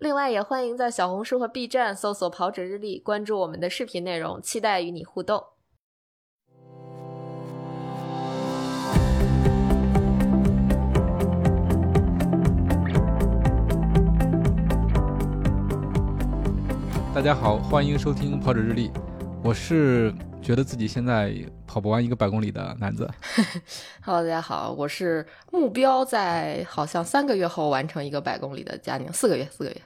另外，也欢迎在小红书和 B 站搜索“跑者日历”，关注我们的视频内容，期待与你互动。大家好，欢迎收听跑者日历，我是觉得自己现在跑不完一个百公里的男子。 Hello，大家好，我是目标在好像三个月后完成一个百公里的佳宁，四个月，四个月。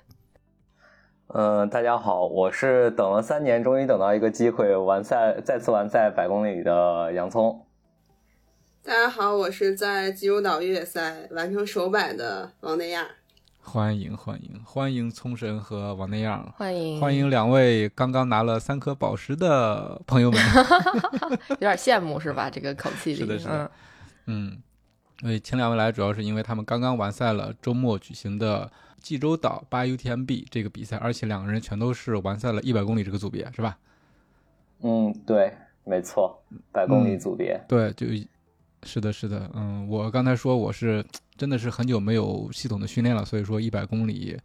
嗯，大家好，我是等了三年，终于等到一个机会完赛，再次完赛百公里的洋葱。大家好，我是在济州岛越野赛完成首百的王内亚。欢迎欢迎欢迎聪神和王内样，欢迎欢迎两位刚刚拿了三颗宝石的朋友们。有点羡慕是吧？这个口气里，是的是的嗯，嗯，所以请两位来主要是因为他们刚刚完赛了周末举行的济州岛八 UTMB 这个比赛，而且两个人全都是完赛了一百公里这个组别，是吧？嗯，对，没错，百公里组别。对，就。是的，是的，嗯，我刚才说我是真的是很久没有系统的训练了，所以说一百公里，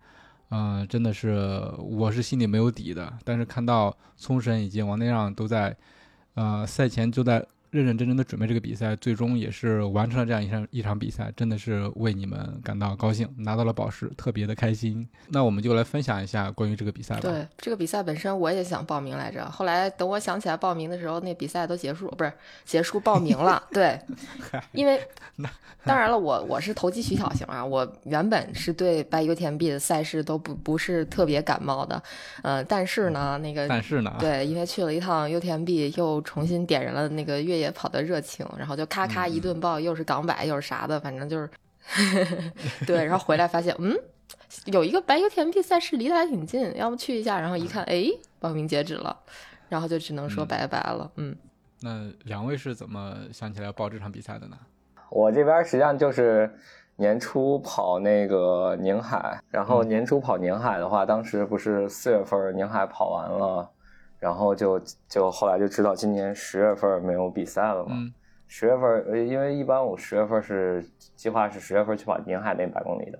嗯、真的是我是心里没有底的。但是看到聪神以及王内让都在，呃，赛前就在认认真真的准备这个比赛，最终也是完成了这样一场一场比赛，真的是为你们感到高兴，拿到了宝石，特别的开心。那我们就来分享一下关于这个比赛吧。对 这个比赛本身我也想报名来着，后来等我想起来报名的时候，那比赛都结束，不是结束报名了。 对，因为 那当然了，我我是投机取巧型啊，我原本是对白 U 田 B 的赛事都不不是特别感冒的，呃，但是呢，那个嗯但是呢，对，因为去了一趟 UTMB，又重新点燃了那个越野跑的热情，然后就咔咔一嗯顿报，又是港百又是啥的，反正就是， 对，然后回来发现，嗯，有一个白 UTMB 赛事离得还挺近，要么去一下，然后一看，哎，报名截止了，然后就只能说嗯拜拜了，嗯。那两位是怎么想起来报这场比赛的呢？我这边实际上就是年初跑那个宁海，然后年初跑宁海的话，当时不是四月份宁海跑完了，然后就就后来就知道今年十月份没有比赛了嘛。嗯十月份儿，呃因为一般我十月份儿是计划是十月份儿去跑宁海那百公里的，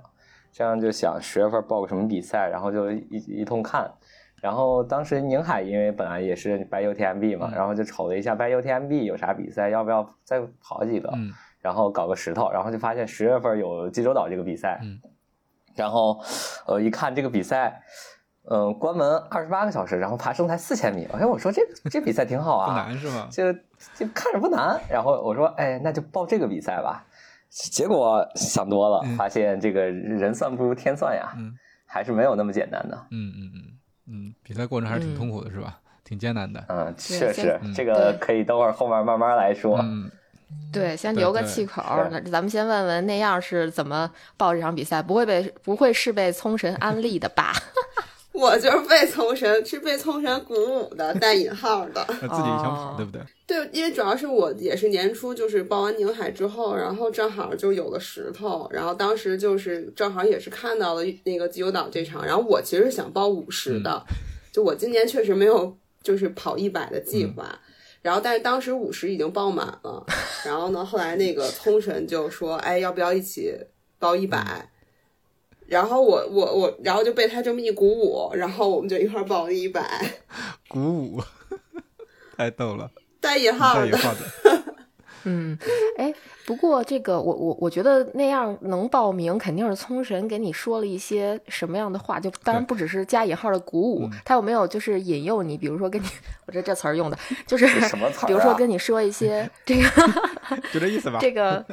这样就想十月份儿报个什么比赛，然后就一一通看。然后当时宁海因为本来也是白 UTMB 嘛，嗯然后就瞅了一下白 UTMB 有啥比赛，要不要再跑几个，嗯然后搞个石头，然后就发现十月份儿有济州岛这个比赛，嗯然后呃一看这个比赛。嗯，关门二十八个小时，然后爬升才四千米。哎，我说这个这比赛挺 好啊，不难是吗？就就看着不难。然后我说，哎，那就报这个比赛吧。结果想多了嗯，发现这个人算不如天算呀，嗯还是没有那么简单的。嗯嗯嗯嗯，比赛过程还是挺痛苦的，是吧？挺艰难的。嗯，确实先，这个对可以等会儿后面慢慢来说。嗯，对，先对留个对气口是儿。那咱们先问问那样是怎么报这场比赛，不会被不会是被聪神安利的吧？ 我就是被从神，是被从神鼓舞的，带引号的。那自己想跑，对不对？对，因为主要是我也是年初就是报完宁海之后，然后正好就有了石头，然后当时就是正好也是看到了那个济州岛这场，然后我其实是想报五十的，就我今年确实没有就是跑一百的计划。然后，但是当时五十已经报满了，然后呢，后来那个通神就说：“哎，要不要一起报一百？”然后我我我，然后就被他这么一鼓舞，然后我们就一块儿报了一百，鼓舞， 太逗了，带引号太的有。话的。嗯，哎，不过这个我我我觉得那样能报名，肯定是聪神给你说了一些什么样的话，就当然对不只是加引号的鼓舞嗯，他有没有就是引诱你，比如说跟你， 我这这词儿用的就是这什么词儿啊比如说跟你说一 些这个就这意思吧。这个，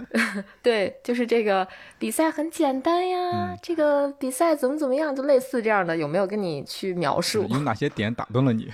对，就是这个比赛很简单呀，嗯这个比赛怎么怎么样，就类似这样的，有没有跟你去描述？有哪些点打动了你？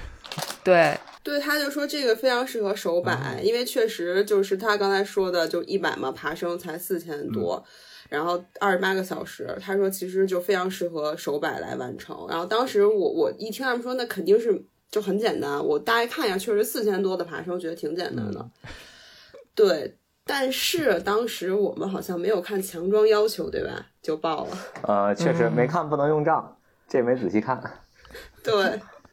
对，对，他就说这个非常适合手摆，嗯因为确实就是他刚才说的，就一百嘛，爬升才四千多。然后二十八个小时，他说其实就非常适合手摆来完成。然后当时我我一听他们说，那肯定是就很简单，我大概看一下，确实四千多的爬升，我觉得挺简单的。 对，但是当时我们好像没有看强装要求，对吧？就报了。呃，确实没看不能用账，这没仔细看。对，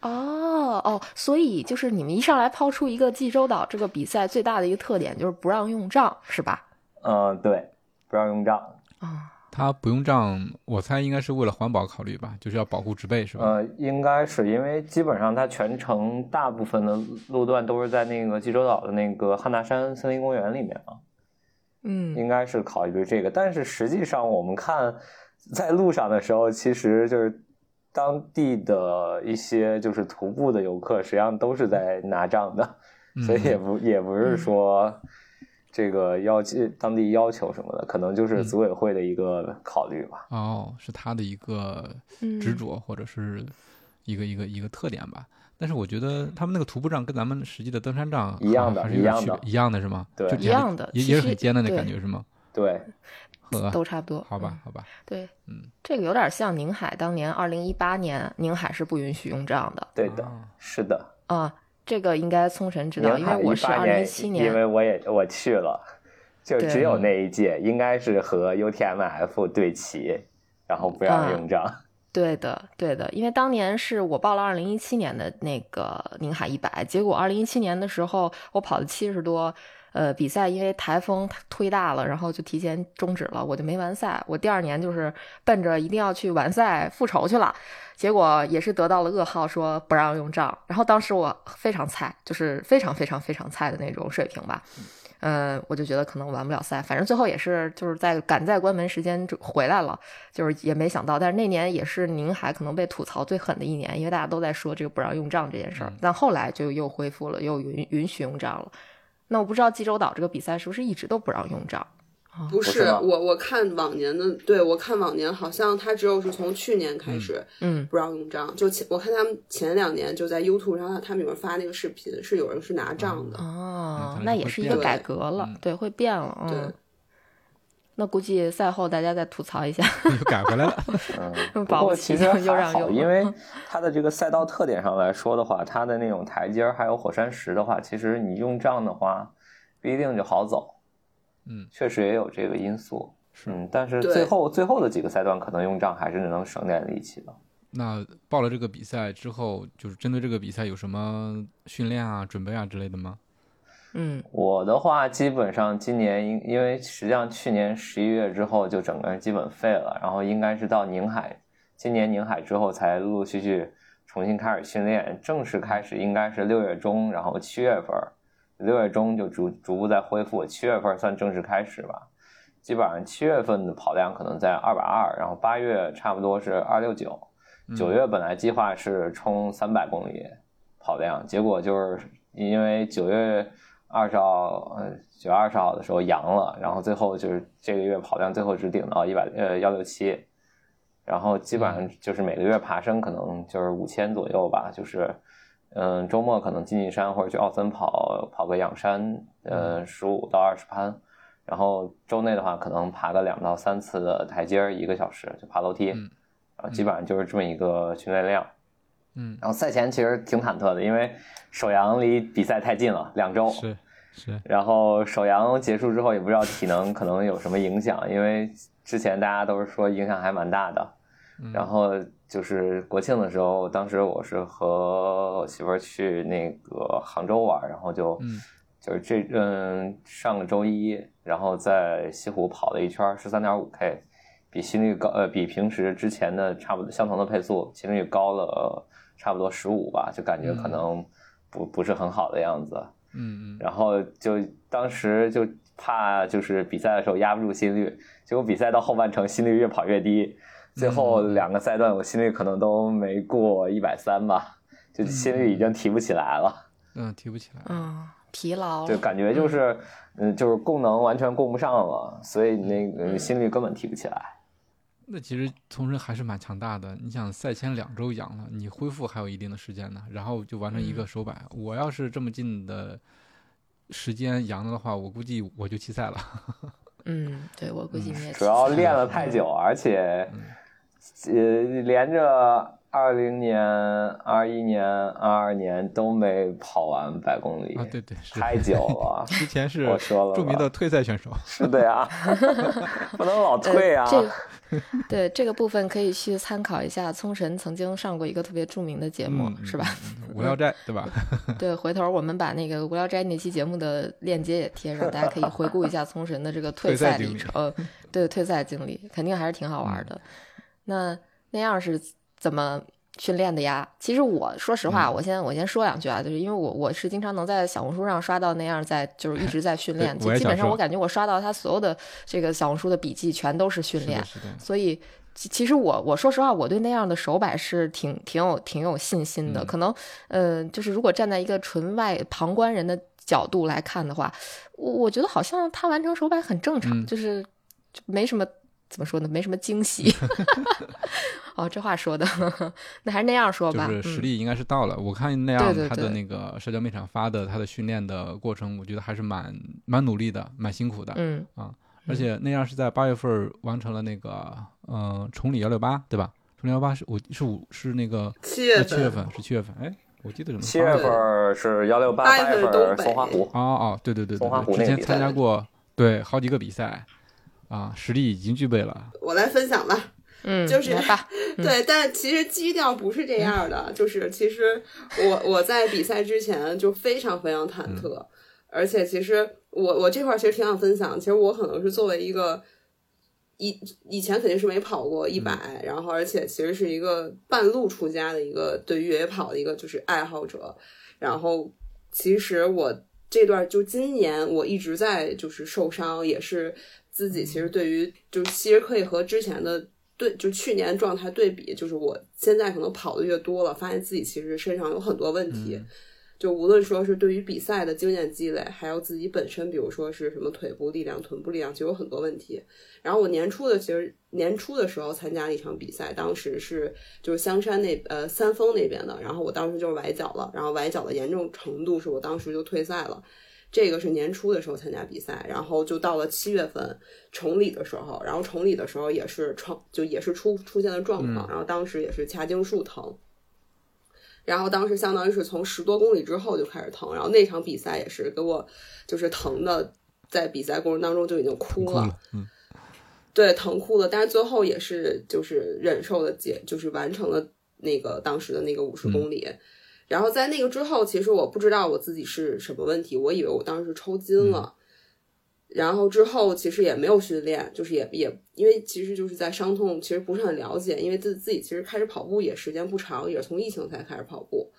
哦哦，所以就是你们一上来抛出一个济州岛这个比赛最大的一个特点就是不让用账，是吧？呃，对，不让用账。啊、它不用账，我猜应该是为了环保考虑吧，就是要保护植被是吧？呃，应该是因为基本上它全程大部分的路段都是在那个济州岛的那个汉纳山森林公园里面嘛。嗯，应该是考虑这个，但是实际上我们看在路上的时候，其实就是当地的一些就是徒步的游客，实际上都是在拿账的，嗯所以也不也不嗯是说这个要求当地要求什么的，可能嗯就是组委会的一个考虑吧。哦，是他的一个嗯执着或者是一个一个一个特点吧。但是我觉得他们那个徒步杖跟咱们实际的登山杖啊一样的还是有点一样区别的一样的是吗？对就一这样的也其也是实很艰难的对感觉是吗？对，呵，都差不多。好吧嗯，，好吧，对，嗯，这个有点像宁海当年二零一八年，宁海是不允许用账的对的，啊是的。啊、这个应该聪晨知道，宁因海为哦我是18二零一七因为我也我去了，就对只有那一届，应该是和 UTMF 对齐，然后不啊让用账。对的，对的，因为当年是我报了二零一七年的那个宁海一百，结果二零一七年的时候我跑了七十多，呃，比赛因为台风推大了，然后就提前终止了，我就没完赛。我第二年就是奔着一定要去完赛复仇去了，结果也是得到了噩耗，说不让用账。然后当时我非常菜，就是非常非常非常菜的那种水平吧。嗯，我就觉得可能完不了赛，反正最后也是就是在赶在关门时间就回来了，就是也没想到，但是那年也是宁海可能被吐槽最狠的一年，因为大家都在说这个不让用账这件事儿，但后来就又恢复了，又允允许用账了。那我不知道济州岛这个比赛是不是一直都不让用账？不是是吗我我看往年的，对我看往年好像他只有是从去年开始嗯不让用账，就前我看他们前两年就在 YouTube 上，他们有人发那个视频，是有人是拿账的。哦嗯，它那是也会是一变个的改革了嗯，对，会变了。嗯对，那估计赛后大家再吐槽一下，又改回来了。 嗯，嗯 不保过不其齐实又还让好，用了。因为 它的这个赛道特点上来说的话，它的那种台阶儿还有火山石的话，其实你用账的话，不一定就好走。嗯，确实也有这个因素。是嗯，但是对最后最后的几个赛段，可能用账还是能省点力气的。那报了这个比赛之后，就是针对这个比赛有什么训练啊、准备啊之类的吗？嗯我的话，基本上今年因因为实际上去年十一月之后就整个人基本废了，然后应该是到宁海，今年宁海之后才陆陆续续重新开始训练，正式开始应该是六月中，然后七月份儿，六月中就逐逐步在恢复，七月份儿算正式开始吧。基本上七月份的跑量可能在二百二，然后八月差不多是二六九，九月本来计划是冲三百公里跑量，结果就是因为九月二十号，呃，九月二十号的时候阳了，然后最后就是这个月跑量最后只顶到一百呃幺六七，然后基本上就是每个月爬升可能就是五千左右吧，就是嗯周末可能进进山或者去奥森跑跑个仰山，呃十五到二十攀。然后周内的话，可能爬个两到三次的台阶儿，一个小时就爬楼梯，嗯然后基本上就是这么一个训练量。嗯，然后赛前其实挺忐忑的，因为首阳离比赛太近了，两周。是是，然后首阳结束之后，也不知道体能可能有什么影响，因为之前大家都是说影响还蛮大的。嗯然后就是国庆的时候，当时我是和我媳妇儿去那个杭州玩，然后就、嗯就是这嗯上个周一，然后在西湖跑了一圈十三点五 K，比心率高呃比平时之前的差不多相同的配速心率高了、呃差不多十五吧，就感觉可嗯能不、不是很好的样子。嗯嗯，然后就当时就怕就是比赛的时候压不住心率，结果比赛到后半程心率越跑越低，最后嗯两个赛段我心率可能都没过一百三吧，就心率已经提不起来了，嗯，提不起来。嗯，疲劳就了。感觉就是嗯就是供能完全供不上了，所以嗯那个心率根本提不起来。那其实从人还是蛮强大的。你想，赛前两周阳了，你恢复还有一定的时间呢，然后就完成一嗯个手摆。我要是这么近的时间阳了的话，我估计我就弃赛了。嗯，对我估计你也主要骑练了太久，而且，嗯呃，连着二零年、二一年、二二年都没跑完百公里， 啊，对对，是太久 。了之前是我说了吧著名的退赛选手， 是的呀，啊不能老退啊。呃 这个对这个部分可以去参考一下，聪神曾经上过一个特别著名的节目，嗯是吧？？嗯 无聊斋对吧？对，回头我们把那个《无聊斋》那期节目的链接也贴上，大家可以回顾一下聪神的这个退退赛赛经历历嗯程，呃对退赛经历，肯定还是挺好玩的。那那样是怎么训练的呀？其实我说实嗯话，我先我先说两句啊，就是因为我我是经常能在小红书上刷到那样在就是一直在训对练，我也基想本上说我感觉我刷到他所有的这个小红书的笔记全都是训是练的，，是的。所以其其实我我说实话，我对那样的手摆是挺挺有挺有信心的。嗯可能呃，就是如果站在一个纯外旁观人的角度来看的话，我我觉得好像他完成手摆很正常，嗯就是就没什么。怎么说呢？没什么 惊喜。 哦，这话说的， 那还是那样说吧。就是实嗯力应该是到了。我看那对样对他的对那个社交媒体上发的他的训练的过程，我觉得还是蛮蛮努力的，蛮辛苦的。嗯而且那样是在八月份儿完成了那个嗯崇礼幺六八，对吧？崇礼幺六八是我是五是那个七啊月七份，月份是七月份，哎，我记得怎么七发月的份儿是幺六八，八八月份月份东儿北松花湖。哦哦，对对对对松花对，湖之那前个比参赛加过对好几个比赛啊，实力已经具备了。我来分享吧。嗯，就是来 吧。嗯对，但其实基调不是这样的，就是其实我我在比赛之前就非常非常忐忑，而且其实我我这块儿其实挺想分享，其实我可能是作为一个以以前肯定是没跑过一百、然后而且其实是一个半路出家的一个对越野跑的一个就是爱好者，然后其实我这段就今年我一直在就是受伤，也是自己其实对于就其实可以和之前的对就去年状态对比，就是我现在可能跑的越多了，发现自己其实身上有很多问题。就无论说是对于比赛的经验积累，还有自己本身，比如说是什么腿部力量、臀部力量，其实有很多问题。然后我年初的其实年初的时候参加了一场比赛，当时是就是香山那呃三峰那边的，然后我当时就是崴脚了，然后崴脚的严重程度是我当时就退赛了。这个是年初的时候参加比赛，然后就到了七月份崇礼的时候，然后崇礼的时候也是创就也是出出现了状况，然后当时也是髂胫束疼，然后当时相当于是从十多公里之后就开始疼，然后那场比赛也是给我就是疼的，在比赛过程当中就已经哭哭了，了，嗯，对，疼哭了，但是最后也是就是忍受了解，就是完成了那个当时的那个五十公里。然后在那个之后，其实我不知道我自己是什么问题，我以为我当时抽筋了。然后之后其实也没有训练，就是也也因为其实就是在伤痛，其实不是很了解，因为自自己其实开始跑步也时间不长，也是从疫情才开始跑步。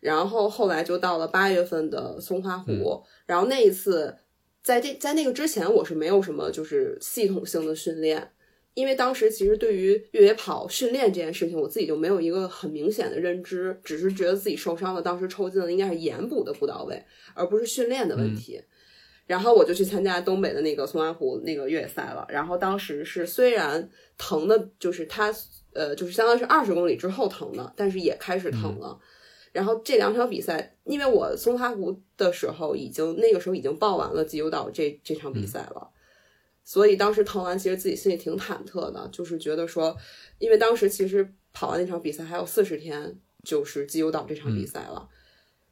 然后后来就到了八月份的松花湖，然后那一次在这在那个之前，我是没有什么就是系统性的训练，因为当时其实对于越野跑训练这件事情，我自己就没有一个很明显的认知，只是觉得自己受伤了，当时抽筋了，应该是盐补的不到位，而不是训练的问题。然后我就去参加东北的那个松花湖那个越野赛了。然后当时是虽然疼的，就是它呃，就是相当于是二十公里之后疼的，但是也开始疼了。然后这两场比赛，因为我松花湖的时候已经那个时候已经报完了济州岛这这场比赛了，所以当时疼完，其实自己心里挺忐忑的，就是觉得说，因为当时其实跑完那场比赛还有四十天，就是济州岛这场比赛了，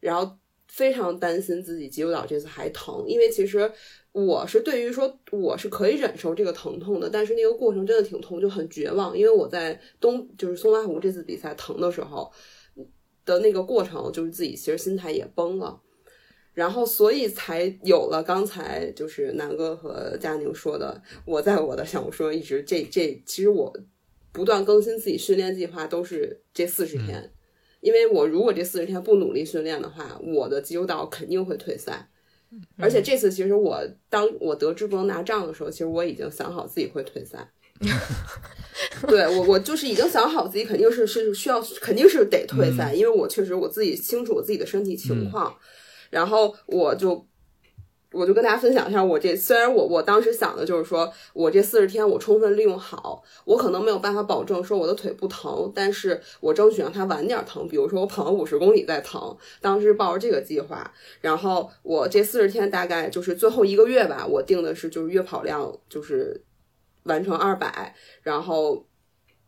然后非常担心自己济州岛这次还疼，因为其实我是对于说我是可以忍受这个疼痛的，但是那个过程真的挺痛，就很绝望，因为我在东就是松花湖这次比赛疼的时候。的那个过程，就是自己其实心态也崩了，然后所以才有了刚才就是南哥和佳宁说的，我在我的小红书上一直这这，其实我不断更新自己训练计划都是这四十天，因为我如果这四十天不努力训练的话，我的急救道肯定会退赛。而且这次其实我当我得知不能拿账的时候，其实我已经想好自己会退赛。对我，我就是已经想好自己肯定是是需要，肯定是得退赛，因为我确实我自己清楚我自己的身体情况，然后我就我就跟大家分享一下，我这虽然我我当时想的就是说我这四十天我充分利用好，我可能没有办法保证说我的腿不疼，但是我争取让它晚点疼，比如说我跑完五十公里再疼。当时抱着这个计划，然后我这四十天大概就是最后一个月吧，我定的是就是月跑量就是完成二百，然后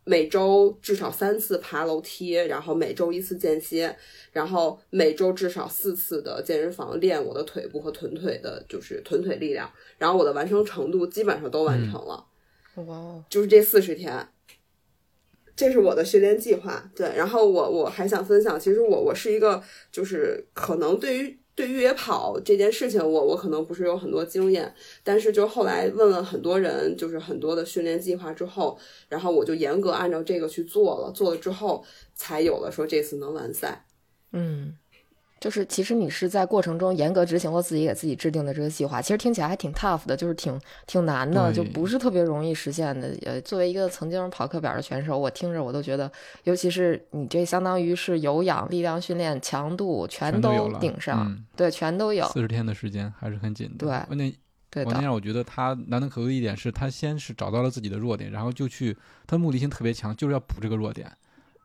每周至少三次爬楼梯，然后每周一次间歇，然后每周至少四次的健身房练我的腿部和臀腿的，就是臀腿力量。然后我的完成程度基本上都完成了，哇哦，就是这四十天，这是我的训练计划。对，然后我我还想分享，其实我我是一个就是可能对于。对越野跑这件事情我，我我可能不是有很多经验，但是就后来问了很多人，就是很多的训练计划之后，然后我就严格按照这个去做了，做了之后才有了说这次能完赛。嗯，就是其实你是在过程中严格执行了自己给自己制定的这个计划，其实听起来还挺 tough 的，就是挺挺难的，就对不是特别容易实现的。呃，作为一个曾经跑课表的选手，我听着我都觉得，尤其是你这相当于是有氧、力量训练、强度全全都有都了顶上，嗯对，全都有，四十天的时间还是很紧的。对关键对王的健，让我觉得他难能可贵的一点是，他先是找到了自己的弱点，然后就去，他的目的性特别强，就是要补这个弱点，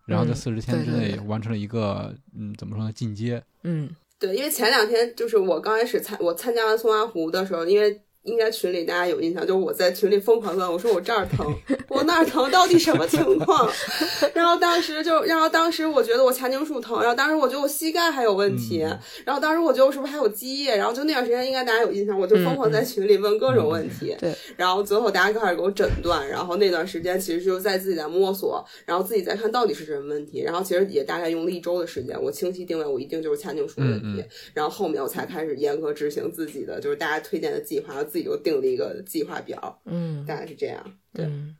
然后在嗯四十天对之对内对完成了一个，嗯，怎么说呢，进阶。嗯对，因为前两天就是我刚开始参我参加完松花湖的时候，因为应该群里大家有印象，就是我在群里疯狂问我说我这儿疼，我那儿疼，到底什么情况？ 然后当时就，然后当时我觉得我髂胫束疼，然后当时我觉得我膝盖还有问题，嗯然后当时我觉得我是不是还有积液？然后就那段时间应该大家有印象，我就疯狂在群里问各种问题，对，然后最后大家开始给我诊断，然后那段时间其实就是在自己在摸索，然后自己在看到底是什么问题，然后其实也大概用了一周的时间，我清晰定位我一定就是髂胫束的问嗯题，嗯然后后面我才开始严格执行自己的就是大家推荐的计划，自己就定了一个计划表，嗯。大概是这样。对嗯，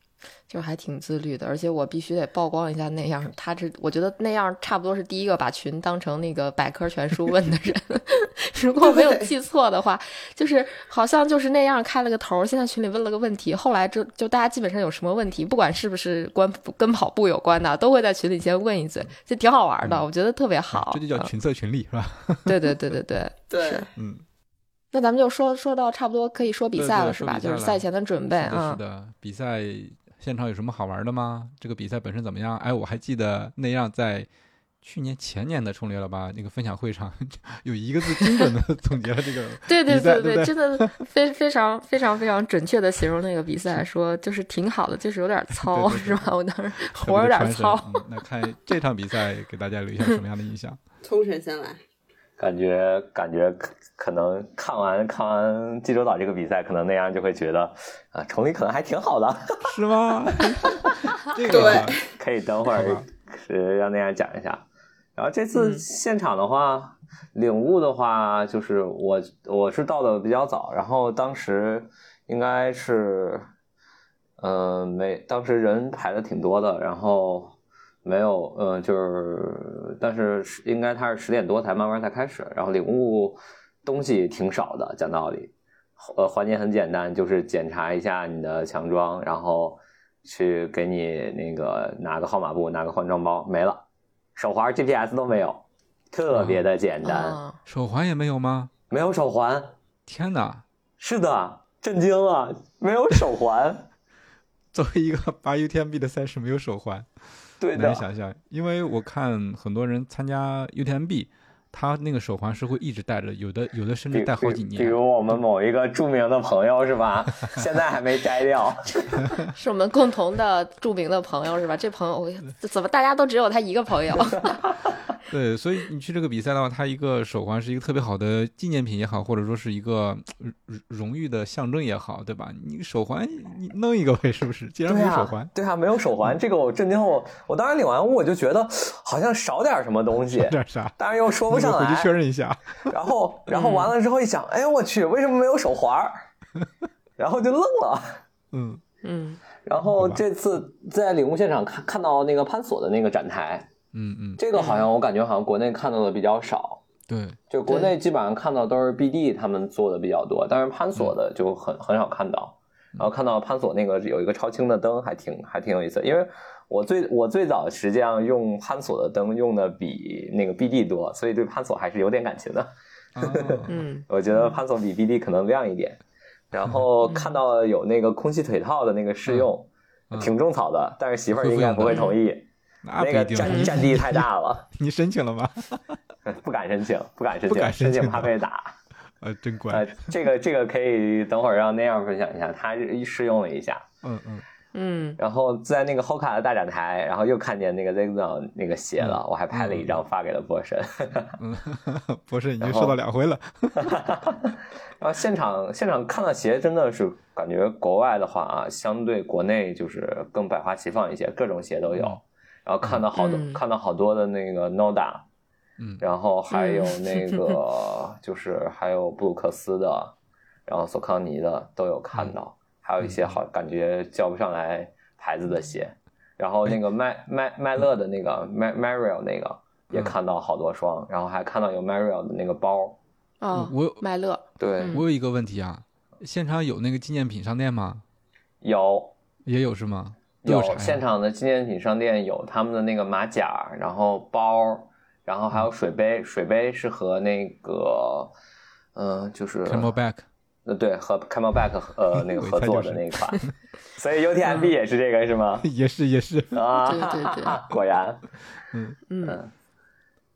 就是还挺自律的，而且我必须得曝光一下那样，他这我觉得那样差不多是第一个把群当成那个百科全书问的人， 如果我没有记错的话，就是好像就是那样开了个头，现在群里问了个问题，后来就就大家基本上有什么问题，不管是不是关跟跑步有关的，都会在群里先问一嘴，就挺好玩的，我觉得特别好，嗯这就叫嗯群策群力，是吧？对对对 对对。对是嗯，那咱们就说说到差不多可以说比对赛对了，是说吧？比就赛是了赛前的准备是的，啊是，的。比赛现场有什么好玩的吗？这个比赛本身怎么样？哎，我还记得那样在去年前年的冲列了吧？那个分享会上 有一个字精准的总结了这个， 对对比赛对对不对 真的非非常非常非常准确的形容那个比赛，说就是挺好的，就是有点 糙，对对是吧？我当时特活别儿有的点传神糙，嗯那看这场比赛给大家留下什么样的印象？冲神先来，感觉感觉可可能看完看完济州岛这个比赛，可能那样就会觉得啊，崇礼可能还挺好的， 是吗？这个对吧可以等会好儿吧是让那样讲一下。然后这次嗯现场的话，领悟的话就是我我是到的比较早，然后当时应该是，呃，没当时人排的挺多的，然后没有，呃，就是但是是应该他是十点多才慢慢才开始，然后领悟东西挺少的，讲道理，呃，环节很简单，就是检查一下你的强装，然后去给你那个拿个号码布，拿个换装包，没了，手环 GPS 都没有，特别的嗯简单，啊，手环也没有吗？没有手环，天哪！是的，震惊了，没有手环，作为一个八 UTMB 的赛事，没有手环， 对难的以，想象。因为我看很多人参加 UTMB，他那个手环是会一直戴着，有的有的甚比至戴好几比年。比如我们某一个著名的朋友 是吧，现在还没摘掉，是我们共同的著名的朋友，是吧？这朋友，我这怎么大家都只有他一个朋 友？对，所以你去这个比赛的话，它一个手环是一个特别好的纪念品也好，或者说是一个呃荣荣誉的象征也好，对吧？你手环你弄一个呗，是不是？既然没有手环，嗯对啊，对啊，没有手环，这个我震惊了我，我当时领完物我就觉得好像少点什么东 西有，点啥？但是又说不你得上回去确啊来。认一下。然后，然后完了之后一想，哎，我去，为什么没有 手环儿？然后就愣了。嗯，嗯然好后吧这次在领悟现场看看到那个潘索的那个展台，嗯嗯，这个好像我感觉好像国内看到的比较少。对， 就国内基本上看到都是 BD 他们做的比较多，但是潘索嗯的就很很少看到。然后看到潘索那个有一个超清的灯，还挺还挺有意思。因为我最我最早实际上用潘索的灯用的比那个 BD 多，所以对潘索还是有点感情的。啊嗯我觉得潘总比 BD 可能亮一点。然后看到有那个空气腿套的那个试用，嗯嗯嗯挺种草的，但是媳妇儿会不会应该用不会的同意，那那不一个定，占占地太大了， 你申请 了吗？不敢申请，不敢申不敢请，申申请请怕的被打。呃，真呃乖，，这个这个可以等会儿让那样分享一下，他试用了一下，嗯嗯， 嗯然后在那个 Hoka 的大展台，然后又看见那个 Zigzag 那个鞋了，我还拍了一张发给了波神。 嗯， 博士已经然收后到两回了。然后现场现场看到鞋，真的是感觉国外的话啊，相对国内就是更百花齐放一些，各种鞋都有。嗯然后看到好多、嗯看到好多的那个 Noda，嗯然后还有那个就是还有布鲁克斯的，然后索康尼的都有看到，还有一些好感觉叫不上来牌子的鞋，然后那个麦麦麦乐的那个麦 Mario 那个也嗯看到好多双，然后还看到有 Mario 的那个包，哦，我有麦乐，对，嗯我有一个问题啊，现场有那个纪念品商店吗？有也有是吗？都有啥呀？现场的纪念品商店有他们的那个马甲，然后包，然后还有水杯，水杯是和那个，嗯、就是， Camelback 呃，对，和 Camelback 呃那个我一合猜作就的是那一 款，所以 UTMB 也是这个是吗？也是也是，啊，对对对果然，嗯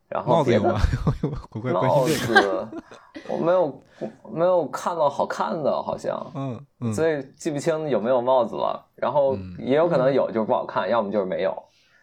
然后帽子别有的吗？ 我怪关帽心这个。子，我没有我没有看到好看的，好像，嗯嗯，所以记不清有没有帽子了，然后嗯也有可能有，就是不好看，要么就是没有。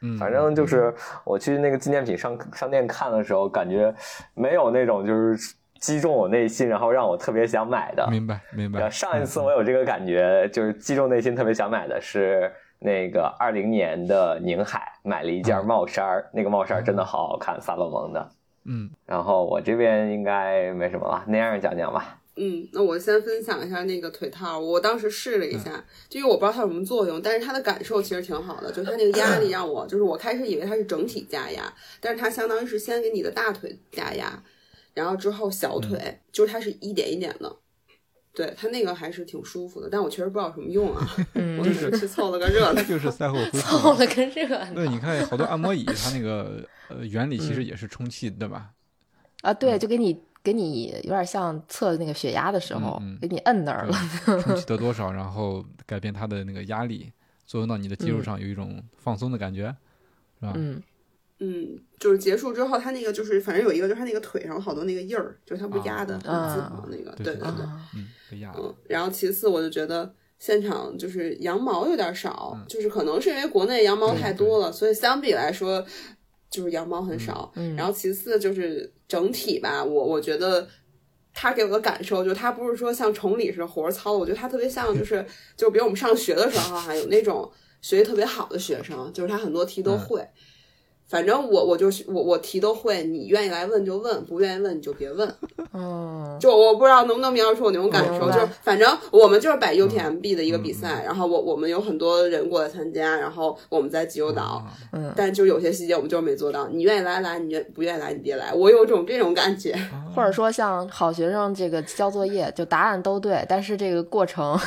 嗯反正就是我去那个纪念品商商店看的时候，感觉没有那种就是击中我内心，然后让我特别想买的。明白明然后白。上一次嗯我有这个感觉，就是击中内心特别想买的是那个二零年的宁海，买了一件帽衫儿，那个帽衫儿真的好好看，萨洛蒙的。嗯然后我这边应该没什么了，那样讲讲吧。嗯，那我先分享一下那个腿套，我当时试了一嗯下，就因为我不知道它有什么作用，但是它的感受其实挺好的，就是它那个压力让我，就是我开始以为它是整体加压，但是它相当于是先给你的大腿加压，然后之后小腿，嗯就是它是一点一点的，对它那个还是挺舒服的，但我确实不知道有什么 用啊，我嗯，只是去凑了个热闹。就是赛后恢复凑嘛。了个热闹对，你看好多按摩椅，它那个呃原理其嗯实也是充气，对吧？啊，嗯对，就给你给你有点像测那个血压的时候，嗯嗯给你摁那儿了， 对，充气得多少，然后改变它的那个压力，作用到你的肌肉上，有一种放松的感觉，是吧？嗯嗯，就是结束之后，它那个就是反正有一个，就是它那个腿上有好多那个印儿，就是它不压的很啊自然那个，对对对对。啊，嗯，被压了。嗯，然后其次我就觉得现场就是羊毛有点少，嗯就是可能是因为国内羊毛太多了，所以相比来说就是羊毛很少。嗯然后其次就是整体吧，我我觉得。它给我的感受就是，它不是说像崇礼似的活儿糙，我觉得它特别像就是， 就比如我们上学的时候哈，有那种学习特别好的学生，就是他很多嗯题都会。反正我我就是我我题都会，你愿意来问就问，不愿意问你就别问。嗯就我不知道能不能描述我那种感受，嗯就是反正我们就是摆 UTMB 的一个比赛，然后我我们有很多人过来参加，然后我们在济州岛，啊嗯，但就有些细节我们就是没做到。你愿意来来，你愿不愿意来你别来，我有种这种感觉。或者说像好学生这个交作业，就答案都对，但是这个过程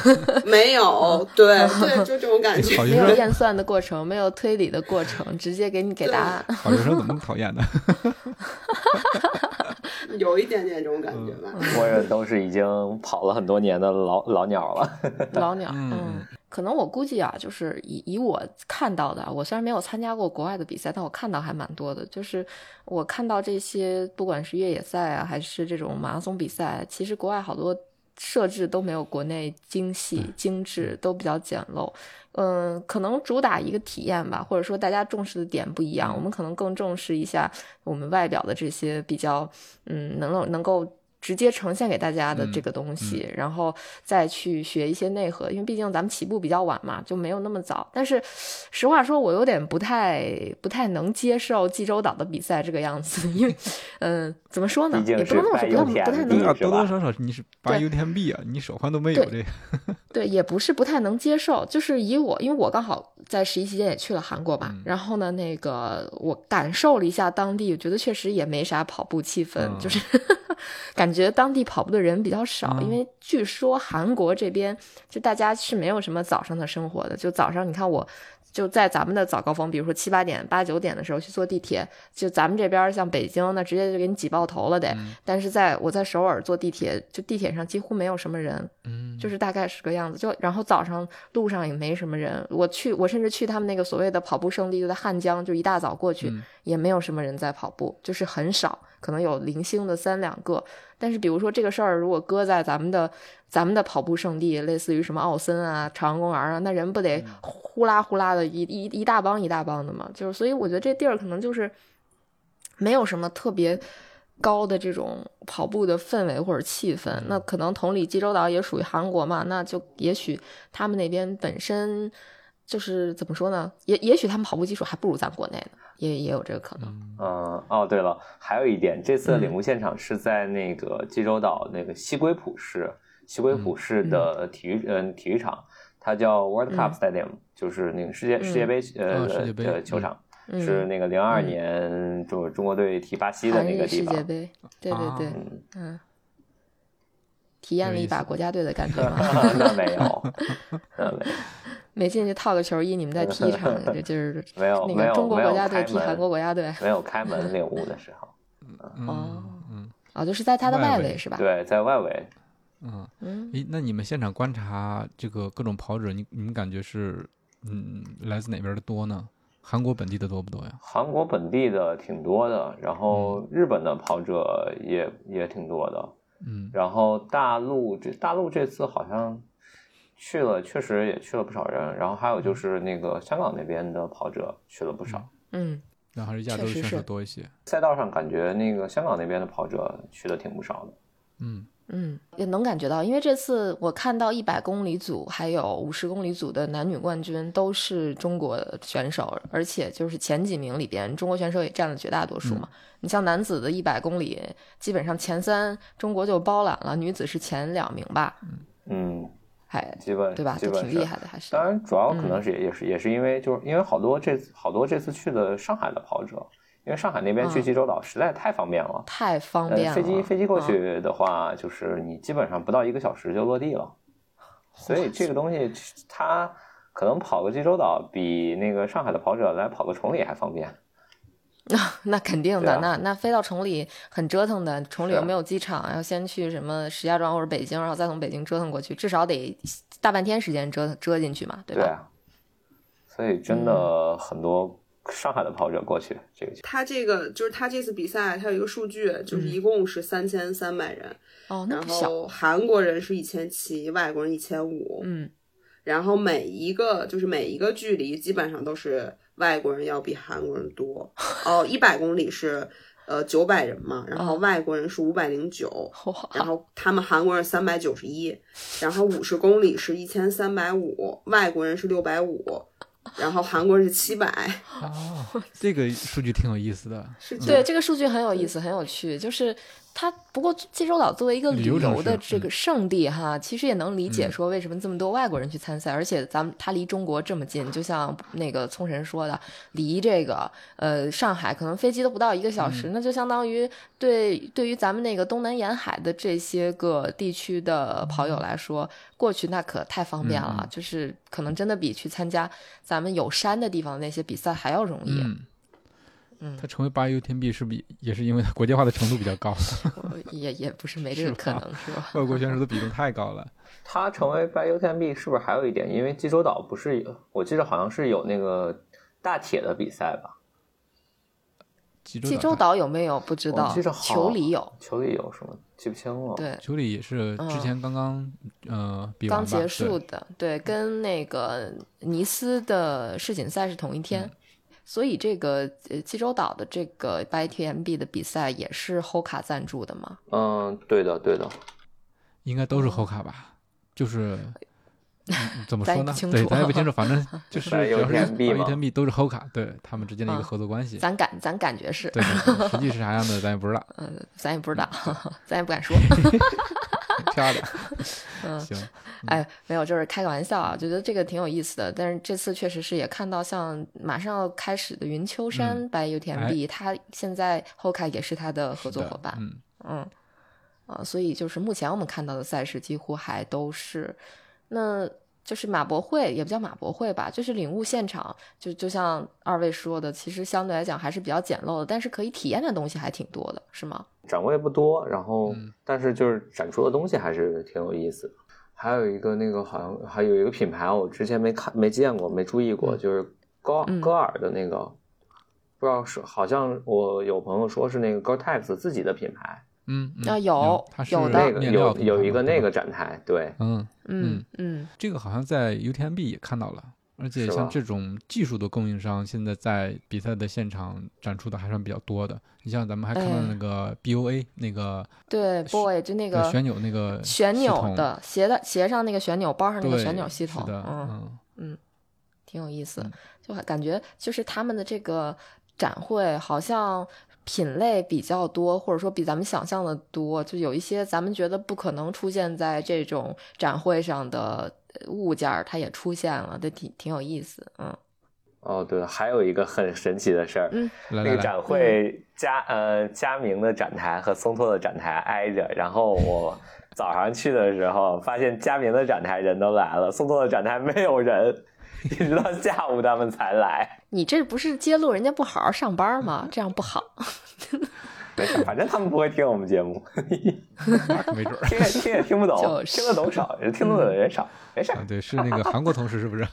没有，对对，就这种感觉好。学没有生，验算的过程，没有推理的过程，直接给你给答案，好学生怎么那么讨厌 呢？有一点点这种感觉吧。我也都是已经跑了很多年的老 老鸟了。老鸟，嗯嗯，可能我估计啊，就是以以我看到的啊，我虽然没有参加过国外的比赛，但我看到还蛮多的。就是我看到这些，不管是越野赛啊，还是这种马拉松比赛，其实国外好多设置都没有国内精细精致，都比较简陋。嗯，可能主打一个体验吧，或者说大家重视的点不一样，我们可能更重视一下我们外表的这些比较，嗯，能够能够直接呈现给大家的嗯这个东西，然后再去学一些内核，因为毕竟咱们起步比较晚嘛，就没有那么早。但是实话说，我有点不太不太能接受济州岛的比赛这个样子，因为，嗯，怎么说呢，毕竟也不能是那么说，不拜太不太嗯对能啊，是多吧多少少你是八对 UTMB 啊，你手环都没有这对对，也不是不太能接受，就是以我，因为我刚好在十一期间也去了韩国嗯嘛，然后呢，那个我感受了一下当地，我觉得确实也没啥跑步气氛，嗯就是 感觉当地跑步的人比较少，因嗯为据说韩国这边就大家是没有什么早上的生活的，就早上你看我。就在咱们的早高峰，比如说七八点、八九点的时候去坐地铁，就咱们这边像北京，那直接就给你挤爆头了得。嗯但是在我在首尔坐地铁，就地铁上几乎没有什么人，嗯，就是大概是个样子。就然后早上路上也没什么人，我去我甚至去他们那个所谓的跑步圣地，就在汉江，就一大早过去、嗯也没有什么人在跑步，就是很少，可能有零星的三两个。但是比如说这个事儿，如果搁在咱们的咱们的跑步圣地，类似于什么奥森啊、朝阳公园啊，那人不得呼啦呼啦的一一一大帮一大帮的嘛？就是所以我觉得这地儿可能就是没有什么特别。高的这种跑步的氛围或者气氛，那可能同理，济州岛也属于韩国嘛，那就也许他们那边本身就是怎么说呢？也也许他们跑步基础还不如咱国内呢，也也有这个可能。嗯，哦，对了，还有一点，这次的领嗯舞现场是在那个济州岛那个西归浦市，西归浦市的体育嗯、体育场，它叫 World Cup 嗯 Stadium，、就是那个世界世界嗯杯啊呃、世界杯呃球嗯场，嗯，是那个零二嗯年中中国队踢巴西的韩那日个地世方界。杯，对对对，啊嗯，嗯，体验了一把国家队的感觉嘛， 那没有，那没有 没进去套个球衣，你们再踢一场， 就就是没有那没个有中国没有国家队开踢门韩国国家队，没有开门领舞的时 候，嗯哦嗯啊，就是在他的外外围围是吧？对，在外围嗯，嗯，诶，那你们现场观察这个各种跑者，你你们感觉是嗯来自哪边儿的多呢？韩国本地的多不多呀？韩国本地的挺多的，然后嗯日本的跑者也也挺多的，嗯然后大陆这大陆这次好像去了，确实也去了不少人，然后还有就是那个香港那边的跑者去了不少，嗯，那还是亚洲的确实选手是多一些。赛道上感觉那个香港那边的跑者去的挺不少的。嗯 嗯，也能感觉到，因为这次我看到一百公里组还有五十公里组的男女冠军都是中国选手，而且就是前几名里边，中国选手也占了绝大多数嘛。你像男子的一百公里，基本上前三中国就包揽了，女子是前两名吧，嗯，还基本对吧？基都本挺是厉害的，还是当然，主要可嗯能是也也是也是因为就是因为好多这次好多这次去的上海的跑者，因为上海那边嗯去济州岛实在太方便了。太方便了。呃，飞机飞机过啊去的话，就是你基本上不到一个小时就落地了，所以这个东西它可能跑个济州岛比那个上海的跑者来跑个崇礼还方便。那肯定对的，啊那那飞到崇礼很折腾的，崇礼是啊又没有机场，要先去什么石家庄或者北京，然后再从北京折腾过去，至少得大半天时间折腾折进去嘛，对对吧？嗯啊，所以真的很多上海的跑者过去，这个就他这个就是他这次比赛，他有一个数据，就是嗯一共是三千三百人，哦，那然不小，后韩国人是一千七，外国人一千五，嗯 然后每一个就是每一个距离基本上都是外国人要比韩国人多。哦，一百公里是呃九百人嘛，然后嗯外国人是五百零九，哇，然后他们韩国人三百九十一，然后五十公里是一千三百五，外国人是六百五，然后韩国人是七百。啊，这个数据挺有意思的。是对，这个数据很有意思，很有趣。就是它，不过济州岛作为一个旅旅游城游的市这个圣地哈，其实也能理解嗯说为什么这么多外国人去参赛，而且咱们它离中国这么近，就像那个聪神说的，离这个呃上海可能飞机都不到一个小嗯时，那就相当于对对于咱们那个东南沿海的这些个地区的跑友来说，过去那可太方便嗯了嗯，就是可能真的比去参加咱们有山的地方的那些比赛还要容易。嗯嗯他成为八 U 天 B 是不是也是因为他国际化的程度比较高， 我也也不是没这个可能，是吧？外国选手的比重太高了。它成为白 U 天 B 是不是还有一点？因为济州岛不是有，我记得好像是有那个大铁的比赛吧？济州济州岛岛有没有不知我道记着，好球里有，球里有什么记不清了。对，球里也是之嗯前刚刚呃比完刚吧，结束对的，对，跟那个尼斯的世锦赛是同一天，所以这个呃济州岛的这个 BTMB 的比赛也是 Hoka 赞助的嘛？嗯，对的，对的。应该都是后卡吧，就是。嗯怎么 咱也说不呢？清对，楚咱也不清楚， 反正就是白只油要是田币白油嘛田币都是 Hoka 对他们之 间的一个嗯合作关系。咱感咱感觉是，对，对实际是啥样的咱也不知 道。呃，咱也不知道， 咱也不敢说。漂亮，行，哎，没有，就是开个玩笑啊，觉得这个挺有意思的。但是这次确实是也看到，像马上要开始的云秋山嗯白 UTMB，、它现在 Hoka 也是它的合作是的伙伴，嗯，嗯，啊、所以就是目前我们看到的赛事几乎还都是，那就是马博会，也不叫马博会吧，就是领悟现场，就就像二位说的，其实相对来讲还是比较简陋的，但是可以体验的东西还挺多的，是吗？展位不多，然后嗯但是就是展出的东西还是挺有意思的。还有一个那个好像还有一个品牌，我之前没看没见过，没注意过，嗯就是高嗯歌尔的那个，不知道是好像我有朋友说是那个 Gore-Tex 自己的品牌，嗯嗯啊有它是有的那个面料品有牌有一嘛个那，对个吧展台，对，嗯，嗯嗯这个好像在 UTMB 也看到了。而且是像吧这种技术的供应商，现在在比赛的现场展出的还算比较多的。你像咱们还看到哎那个 BOA、那个对旋，boy 就那那个旋钮那个旋系钮统的鞋的鞋上那个旋钮，包上那个对旋钮系统是，的，嗯。嗯挺有意思嗯，就还感觉就是他们的这个展会好像品类比较多，或者说比咱们想象的多，就有一些咱们觉得不可能出现在这种展会上的呃物件儿，它也出现了，这挺挺有意思，嗯哦对，还有一个很神奇的事儿，嗯来那来个来，展会佳呃佳明的展台和松拓的展台挨着，然后我早上去的时候发现佳明的展台人都来了，松拓的展台没有人，一直到下午他们才来。你这不是揭露人家不好好上班吗？这样不好。没事，反正他们不会听我们节目，那 可没准儿。听也听也听不懂，就是听得懂少，听得懂的人少，没事儿。啊，对，是那个韩国同事，是不 是？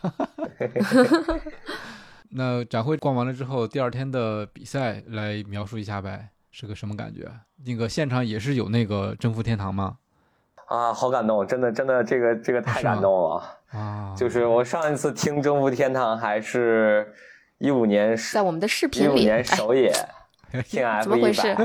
那展会逛完了之后，第二天的比赛来描述一下呗，是个什么感觉？那个现场也是有那个征服天堂吗？啊，好感动，真的真的，这个这个太是吗感动了。啊，就是我上一次听《征服天堂》还是一五年在我们的视一频五里，哎年首 野听怎 F 么一回事百，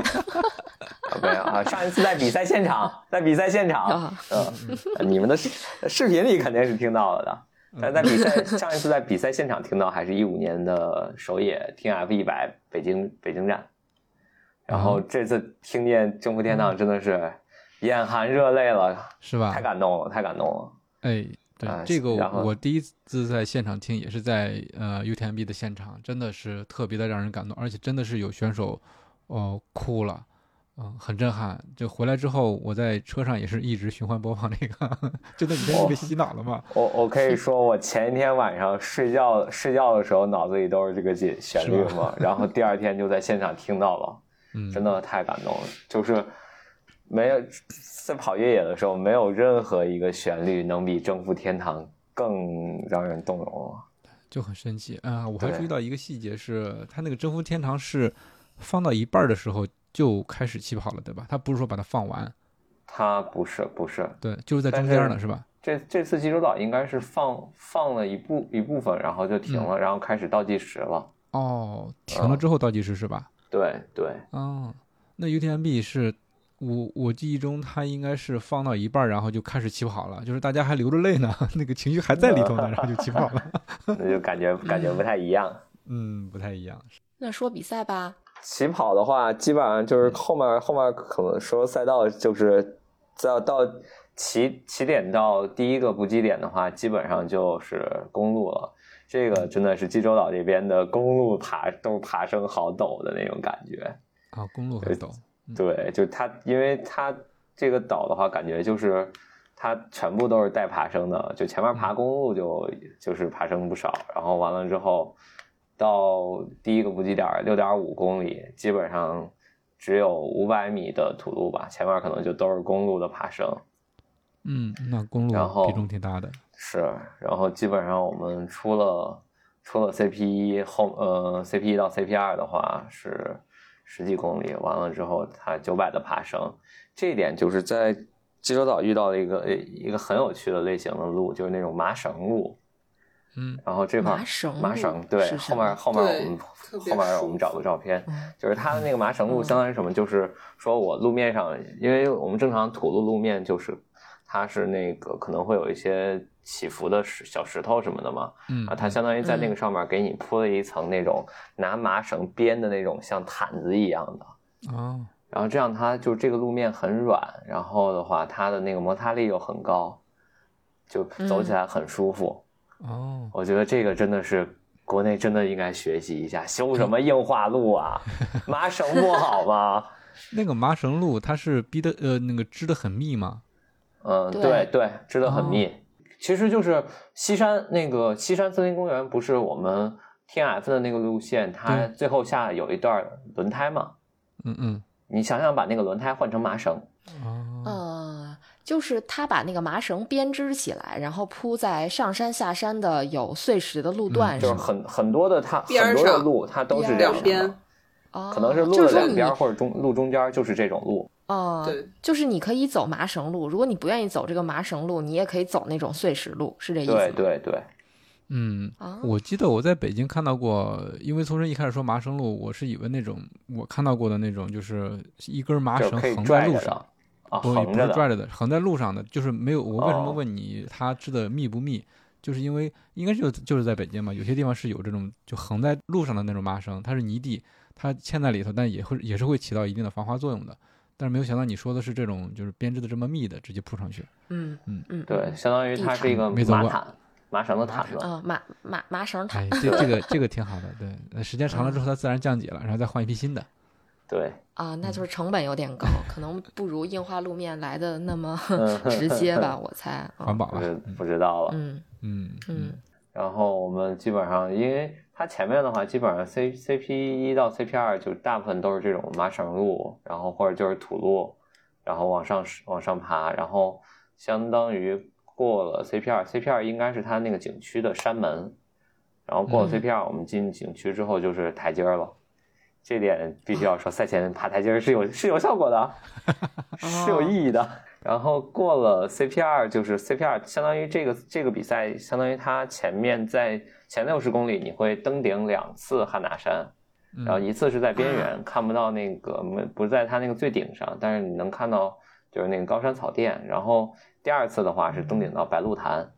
没有啊，上一次在比赛现场，在比赛现场啊，嗯，你们的视视频里肯定是听到了的，嗯但在比赛上一次在比赛现场听到还是一五年的首野听 F 一百北京北京站，然后这次听见征服天堂真的是眼含热泪了，是吧太？感动了，太感动了。哎，对，啊这个然后我第一次在现场听，也是在呃 UTMB 的现场，真的是特别的让人感动，而且真的是有选手哦、哭了。嗯，很震撼。就回来之后，我在车上也是一直循环播放这个， 真的，你真是被洗脑了吗？我我可以说，我前一天晚上睡觉睡觉的时候，脑子里都是这个旋旋律是嘛，然后第二天就在现场听到了， 嗯，真的太感动了。就是没有在跑越野的时候，没有任何一个旋律能比《征服天堂》更让人动容了。就很生气啊、我还对注意到一个细节是，它那个征服天堂是放到一半儿的时候就开始起跑了，对吧？它不是说把它放完，它不是不是，对，就是在但中是间呢，是吧？这这次济州岛应该是放放了一部一部分，然后就停嗯了，然后开始倒计时了。哦，停嗯了之后倒计时是吧？对 对，哦，那 UTMB 是我我记忆中它应该是放到一半儿，然后就开始起跑了，就是大家还流着泪呢， 那个情绪还在里头呢，然后就起跑了。 那就感觉感觉不太一样。嗯，不太一样。那说比赛吧，起跑的话，基本上就是后面后面可能说赛道就是到到起起点到第一个补给点的话，基本上就是公路了。这个真的是济州岛这边的公路爬都爬升好陡的那种感觉。啊，公路很陡，对，就它，因为它这个岛的话，感觉就是它全部都是带爬升的，就前面爬公路就就是爬升不少，然后完了之后到第一个补给点六点五公里，基本上只有五百米的土路吧，前面可能就都是公路的爬升。嗯，那公然路后比重挺大的，是，然后基本上我们出了出了 CP 一后，呃，CP 一到 CP 二的话是十几公里，完了之后它九百的爬升，这一点就是在济州岛遇到了一个呃一个很有趣的类型的路，就是那种麻绳路。嗯，然后这块儿麻绳麻路绳对，是什后面么后面我对们特别后面我舒们找服个照片，嗯就是它的那个麻绳路相当于什么？就是说我路面上，因为我们正常土路路面就是它是那个可能会有一些起伏的石小石头什么的嘛，嗯啊，它相当于在那个上面给你铺了一层那种拿麻绳编的那种像毯子一样的，啊，然后这样它就是这个路面很软，然后的话它的那个摩擦力又很高，就走起来很舒服。哦，我觉得这个真的是国内真的应该学习一下，修什么硬化路啊，麻绳不好吗？那个麻绳路它是逼的呃那个织的很密吗？嗯，哦对对对，织得很密。其实就是西山那个西山森林公园，不是我们 T N F 的那个路线，它对最后下有一段轮胎嘛？嗯嗯你想想，把那个轮胎换成麻绳，嗯哦，呃，就是他把那个麻绳编织起来，然后铺在上山下山的有碎石的路嗯段就是是吗？很很多的它边儿很多的上路，它都是这两样的边，哦，可能是路就的是说两你边或者中路中间就是这种路。哦，对，就是你可以走麻绳路，如果你不愿意走这个麻绳路，你也可以走那种碎石路，是这意思吗？对对对，嗯，啊，我记得我在北京看到过，因为从生一开始说麻绳路，我是以为那种我看到过的那种，就是一根麻就是绳可以横在拽路着上的，啊，不横不着是的拽着的，横在路上的，就是没有。我为什么哦问你它织的密不密？就是因为应该就就是在北京嘛，有些地方是有这种就横在路上的那种麻绳，它是泥地，它嵌在里头，但也会也是会起到一定的防滑作用的。但是没有想到你说的是这种就是编织的这么密的，直接铺上去。嗯嗯嗯，对，嗯相当于它是一个没走麻过毯，麻绳的毯子。啊，麻麻麻绳塔嗯哎，这这个这个挺好的，对，呃时间长了之后它自然降解了，然后再换一批新的。对，啊，那就是成本有点高，可能不如硬化路面来的那么嗯 直接 吧，我猜。啊环保不吧，知嗯不知道了。嗯嗯嗯嗯然后我们基本上，因为它前面的话，基本上 C C P 一到 C P 二就大部分都是这种麻绳路，然后或者就是土路，然后往上往上爬，然后相当于过了 C P 二，C P 二应该是它那个景区的山门，然后过了嗯 C P 二，我们进景区之后就是台阶儿了。这点必须要说，赛前爬台阶儿是有是有效果的啊，是有意义的。然后过了 CPR，就是 CPR，相当于这个这个比赛，相当于它前面在前六十公里你会登顶两次汉拿山，嗯，然后一次是在边缘看不到那个没不在它那个最顶上，但是你能看到就是那个高山草甸。然后第二次的话是登顶到白鹿潭，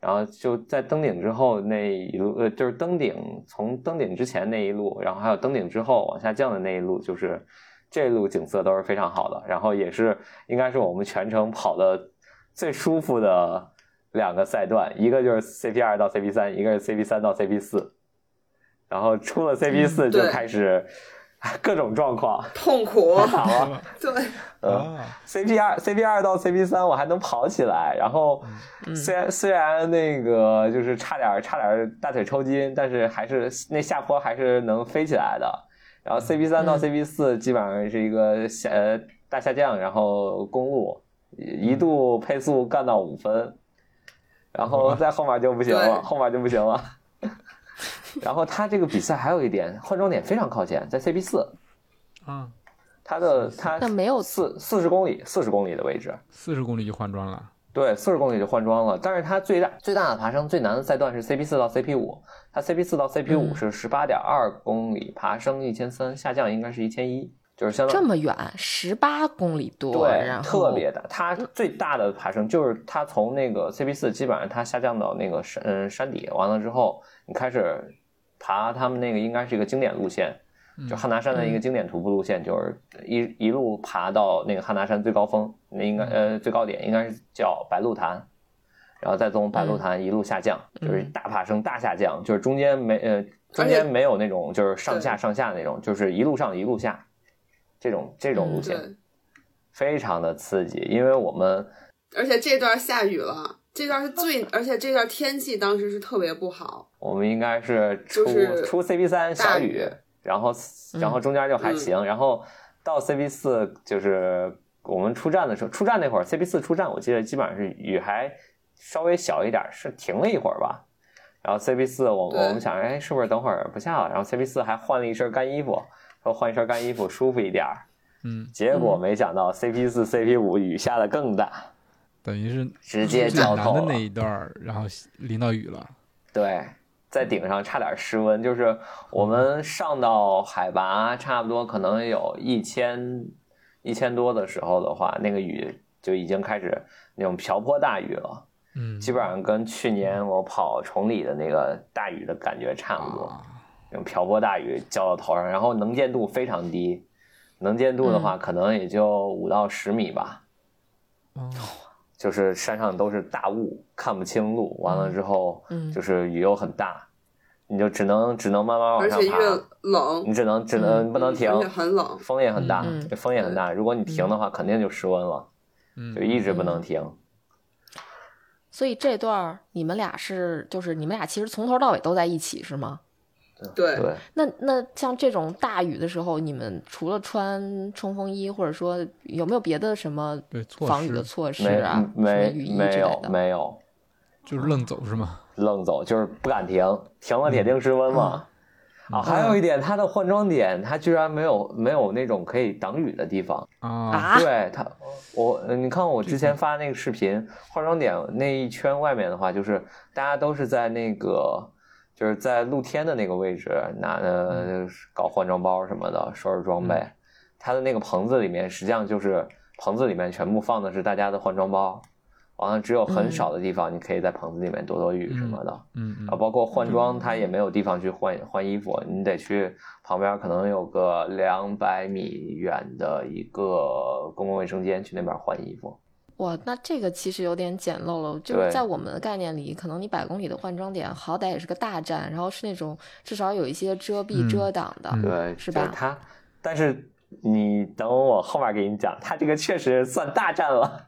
然后就在登顶之后那一路呃就是登顶从登顶之前那一路，然后还有登顶之后往下降的那一路，就是这一路景色都是非常好的，然后也是应该是我们全程跑的最舒服的。两个赛段，一个就是 CP 二到 CP 三，一个是 CP 三到 CP 四，然后出了 CP 四嗯就对开始 各种状况，痛苦， 好了，对，嗯啊， ，CP 二 CP 二到 CP 三我还能跑起来，然后嗯虽然虽然那个就是差点差点大腿抽筋，但是还是那下坡还是能飞起来的，然后 CP 三到嗯 CP 四基本上是一个下呃大下降，然后公路一一度配速干到五分，然后在后面就不行了，对后面就不行了。 然后他这个比赛还有一点换装点非常靠前，在 CP 四，啊，他的他那没有四四十公里四十公里的位置，四十公里就换装了，对，四十公里就换装了。但是它最大最大的爬升最难的赛段是 CP 四到 CP 五，它 CP 四到 CP 五嗯是十八点二公里，爬升一千三，下降应该是一千一，就是相当这么远，十八公里多，对然，后特别大。它最大的爬升就是它从那个 CP 四，基本上它下降到那个山嗯山底，完了之后，你开始爬他们那个应该是一个经典路线，嗯就汉拿山的一个经典徒步路线，就是一一路爬到那个汉拿山最高峰，那应该呃最高点应该是叫白鹿潭。然后再从白鹿潭一路下降，就是大爬升、大下降，就是中间没呃中间没有那种就是上下上下那种，就是一路上一路下，这种这种路嗯线。对，非常的刺激，因为我们而且这段下雨了，这段是最，而且这段天气当时是特别不好，我们应该是出、就是出 CP 三小大雨雨，然后嗯然后中间就还行，然后到 CP 四就是我们出站的时候，出站那会儿 CP 四出站，我记得基本上是雨还稍微小一点，是停了一会儿吧。然后 CP 四我对我们想着，哎，是不是等会儿不下了？然后 CP 四还换了一身干衣服，说换一身干衣服舒服一点儿。嗯，结果没想到 CP 四、CP 五雨下的更大，等于是直接最浇难透的了那。一段儿，然后淋到雨了，对，在顶嗯上差点失温，就是我们上到海拔差不多可能有一千一千多的时候的话，那个雨就已经开始那种瓢泼大雨了，嗯，基本上跟去年我跑崇礼的那个大雨的感觉差不多，啊，那种瓢泼大雨浇到头上，然后能见度非常低，能见度的话嗯可能也就五到十米吧。哦就是山上都是大雾，看不清路。完了之后，嗯就是雨又很大，你就只能只能慢慢往而上且爬，越冷嗯你只能只能嗯不能停而，且很冷，风也很大嗯，这风也很大。如果你停的话，肯定就失温了，嗯就一直不能停。所以这段儿你们俩是就是你们俩其实从头到尾都在一起是吗？对对，那那像这种大雨的时候，你们除了穿冲锋衣，或者说有没有别的什么对措防雨施的措施没啊？什么没雨衣之没类有的？没有就是愣走是吗？愣走，就是不敢停，停了铁定失温嗯嘛。啊，还有一点，它的换装点，它居然没有没有那种可以挡雨的地方。啊，啊，对它，我呃你看我之前发那个视频，化妆点那一圈外面的话，就是大家都是在那个就是在露天的那个位置拿呃嗯搞换装包什么的，收拾装备。它的那个棚子里面，实际上就是棚子里面全部放的是大家的换装包，完了只有很嗯少的地方你可以在棚子里面躲躲雨什么的。嗯嗯啊，包括换装，他也没有地方去换换衣服，你得去旁边可能有个两百米远的一个公共卫生间去那边换衣服。哇，那这个其实有点简陋了。就是对在我们的概念里，可能你百公里的换装点好歹也是个大站，然后是那种至少有一些遮嗯蔽遮挡的。嗯对，是就是吧他，但是你等我后面给你讲，他这个确实算大战了。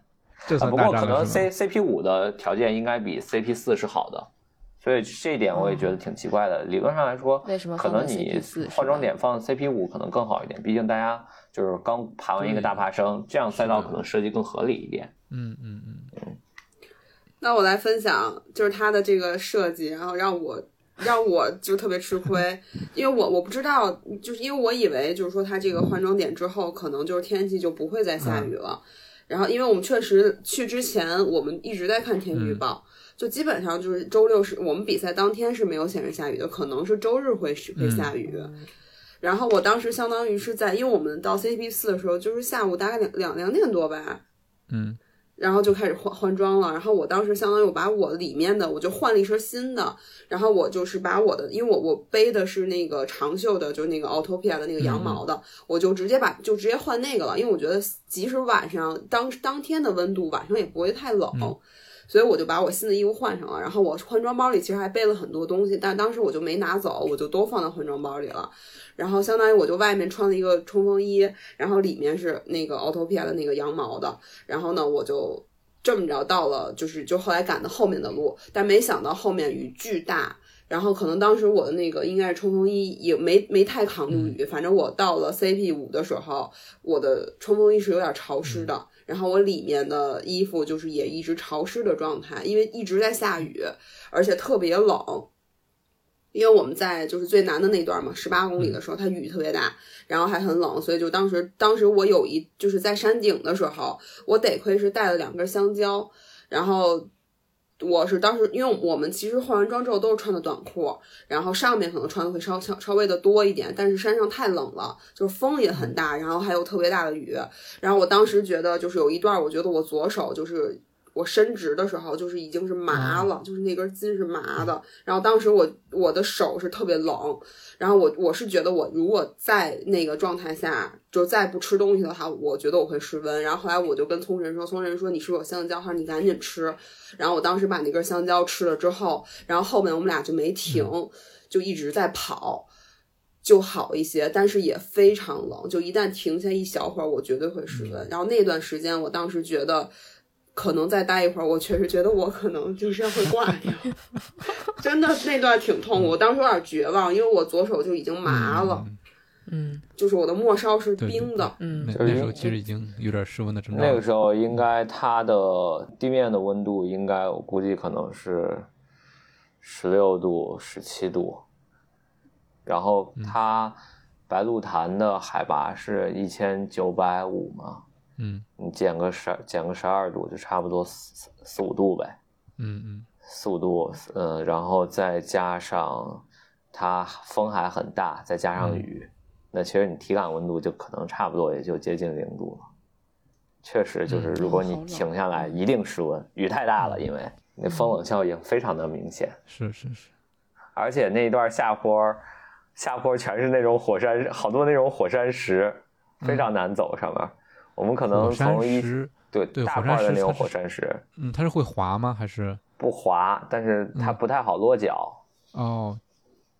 这啊，算不大过战可能了是 C 吗？ C P 五的条件应该比 C P 四是好的，所以这一点我也觉得挺奇怪的。理论上来说，为什么可放在能你 CP4 是吧换装点放 C P 五可能更好一点，毕竟大家就是刚爬完一个对大爬升，这样赛道的可能设计更合理一点。嗯嗯嗯，那我来分享，就是它的这个设计，然后让我让我就特别吃亏，因为我我不知道，就是因为我以为就是说它这个换装点之后，可能就是天气就不会再下雨了。然后，因为我们确实去之前，我们一直在看天气预报，就基本上就是周六是我们比赛当天是没有显示下雨的，可能是周日会是会下雨。然后我当时相当于是在，因为我们到 CP 四的时候，就是下午大概两两两点多吧，嗯然后就开始换换装了。然后我当时相当于我把我里面的我就换了一身新的，然后我就是把我的，因为我我背的是那个长袖的，就是那个 Autopia 的那个羊毛的，我就直接把就直接换那个了，因为我觉得即使晚上当当天的温度晚上也不会太冷。所以我就把我新的衣服换上了，然后我换装包里其实还背了很多东西，但当时我就没拿走，我就都放到换装包里了。然后相当于我就外面穿了一个冲锋衣，然后里面是那个 Autopia 的那个羊毛的，然后呢，我就这么着到了，就是就后来赶的后面的路，但没想到后面雨巨大。然后可能当时我的那个应该是冲锋衣也没没太扛住雨，反正我到了 CP 五的时候，我的冲锋衣是有点潮湿的，然后我里面的衣服就是也一直潮湿的状态，因为一直在下雨，而且特别冷。因为我们在就是最难的那段嘛，十八公里的时候，它雨特别大，然后还很冷，所以就当时当时我有一就是在山顶的时候，我得亏是带了两根香蕉，然后我是当时因为我们其实换完装之后都是穿的短裤，然后上面可能穿的会稍稍稍微的多一点，但是山上太冷了，就是风也很大，然后还有特别大的雨，然后我当时觉得就是有一段，我觉得我左手就是。我伸直的时候，就是已经是麻了，嗯就是那根筋是麻的。然后当时我我的手是特别冷，然后我我是觉得我如果在那个状态下，就再不吃东西的话，我觉得我会失温。然后后来我就跟聪神说，聪神说你是不是有香蕉，他说你赶紧吃。然后我当时把那根香蕉吃了之后，然后后面我们俩就没停，就一直在跑。就好一些，但是也非常冷。就一旦停下一小会儿，我绝对会失温。然后那段时间，我当时觉得，可能再待一会儿，我确实觉得我可能就是要会挂掉。 真的那段挺痛苦，我当时有点绝望，因为我左手就已经麻了，嗯嗯就是我的末梢是对对冰的。嗯嗯那就是那时候用其实已经有点失温的征兆那个了。时候应该它的地面的温度应该我估计可能是十六度、十七度，然后嗯它白鹿潭的海拔是一千九百五嘛，嗯你减个十减个十二度就差不多四四五度呗，嗯嗯四五度，嗯，然后再加上它风还很大，再加嗯上雨，那其实你体感温度就可能差不多也就接近零度了。确实，就是嗯如果哦你好冷嗯停下来，一定失温，雨太大了，因为那风冷效应非常的明显，是是是，而且那一段下坡，下坡全是那种火山，好多那种火山石，非常难走上面。我们可能嗯火山从一石，对对大火块山石的它那种是火山石嗯，它是会滑吗？还是不滑，但是它嗯不太好落脚。哦，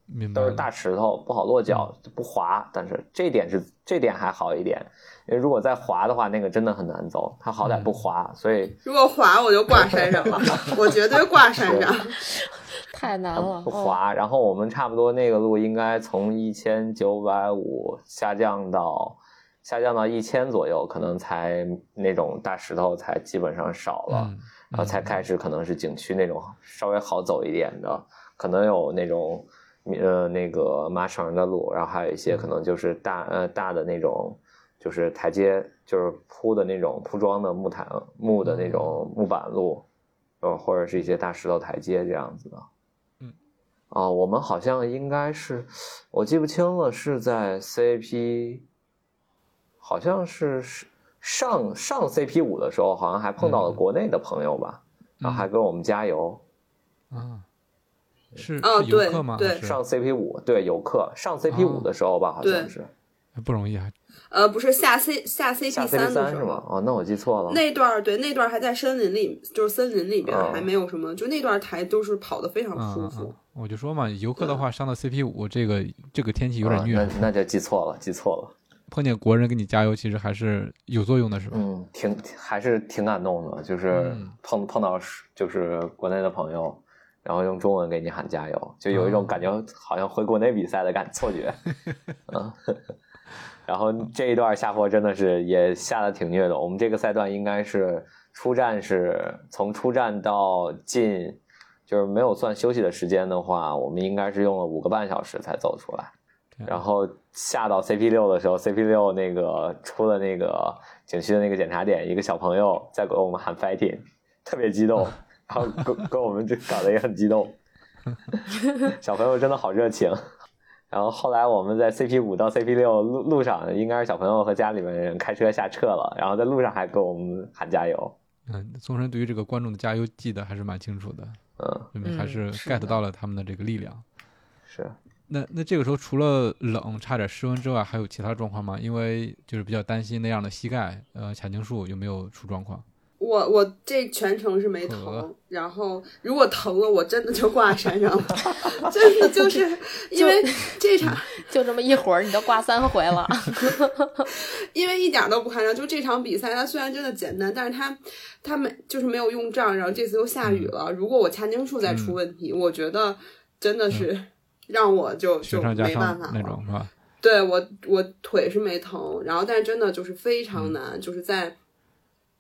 明白都了。是大石头，不好落脚，嗯不滑。但是这点是这点还好一点，因为如果再滑的话，那个真的很难走。它好嗯歹不滑，所以如果滑我就挂山上了，我绝对挂山上。太难它了，不嗯滑。然后我们差不多那个路应该从一千九百五下降到下降到一千左右，可能才那种大石头才基本上少了。嗯，然后才开始可能是景区那种稍微好走一点的，可能有那种呃那个麻绳的路，然后还有一些嗯可能就是大呃大的那种就是台阶，就是铺的那种铺装的木台木的那嗯种木板路，呃或者是一些大石头台阶这样子的。嗯，啊，我们好像应该是我记不清了，是在 CP 好像是是上上 CP 五的时候，好像还碰到了嗯国内的朋友吧，然后还跟我们加油。啊，是哦是游对客吗？对还是嗯哦上 CP 五对游客上 CP 五的时候吧，好像是不容易啊，呃，不是下 C 下 CP 下 CP 三的三时是候吗？。哦，那我记错了。那段儿对那段儿还在森林里，就是森林里边嗯还没有什么，就那段台都是跑得非常啊舒啊！服啊。我就说嘛，游嗯客的话上到 CP 五，这个这个天气有啊点虐，那那就记错了，记错了。 碰见国人给你加油，其实还是有作用的，是吧？嗯，挺还是挺感动的，就是嗯碰碰到是就是国内的朋友，然后用中文给你喊加油，就有一种感觉，嗯好像回国内比赛的感 错觉。嗯，然后这一段下坡真的是也下的挺虐的。我们这个赛段应该是出站是从出站到进，就是没有算休息的时间的话，我们应该是用了五个半小时才走出来。天啊然后下到 CP 六的时候，CP 六那个出了那个景区的那个检查点，一个小朋友在给我们喊 fighting，特别激动，然后跟跟我们这搞得也很激动，小朋友真的好热情。然后后来我们在 CP 五到 CP 六路路上，应该是小朋友和家里面人开车下车了，然后在路上还给我们喊加油，嗯，宗申对于这个观众的加油记得还是蛮清楚的，嗯，因为还嗯是是 get 的到了他们的这个力量。是。那那这个时候除了冷差点失温之外，还有其他状况吗？因为就是比较担心那样的膝盖，呃，髂胫束有没有出状况？我我这全程是呃没疼，然后如果疼了，我真的就挂山上了， 真的 就是因为这场就这么一会儿，你都挂三回了。 因为一点都不夸张，就这场比赛，它虽然真的简单，但是它它没就是没有用杖，然后这次又下雨嗯了。如果我髂胫束再出问题，我觉得真的是让我就、嗯雪就上加没办霜法那了。种是吧？对我我腿是没疼，然后但是真的就是非嗯常难，就是在。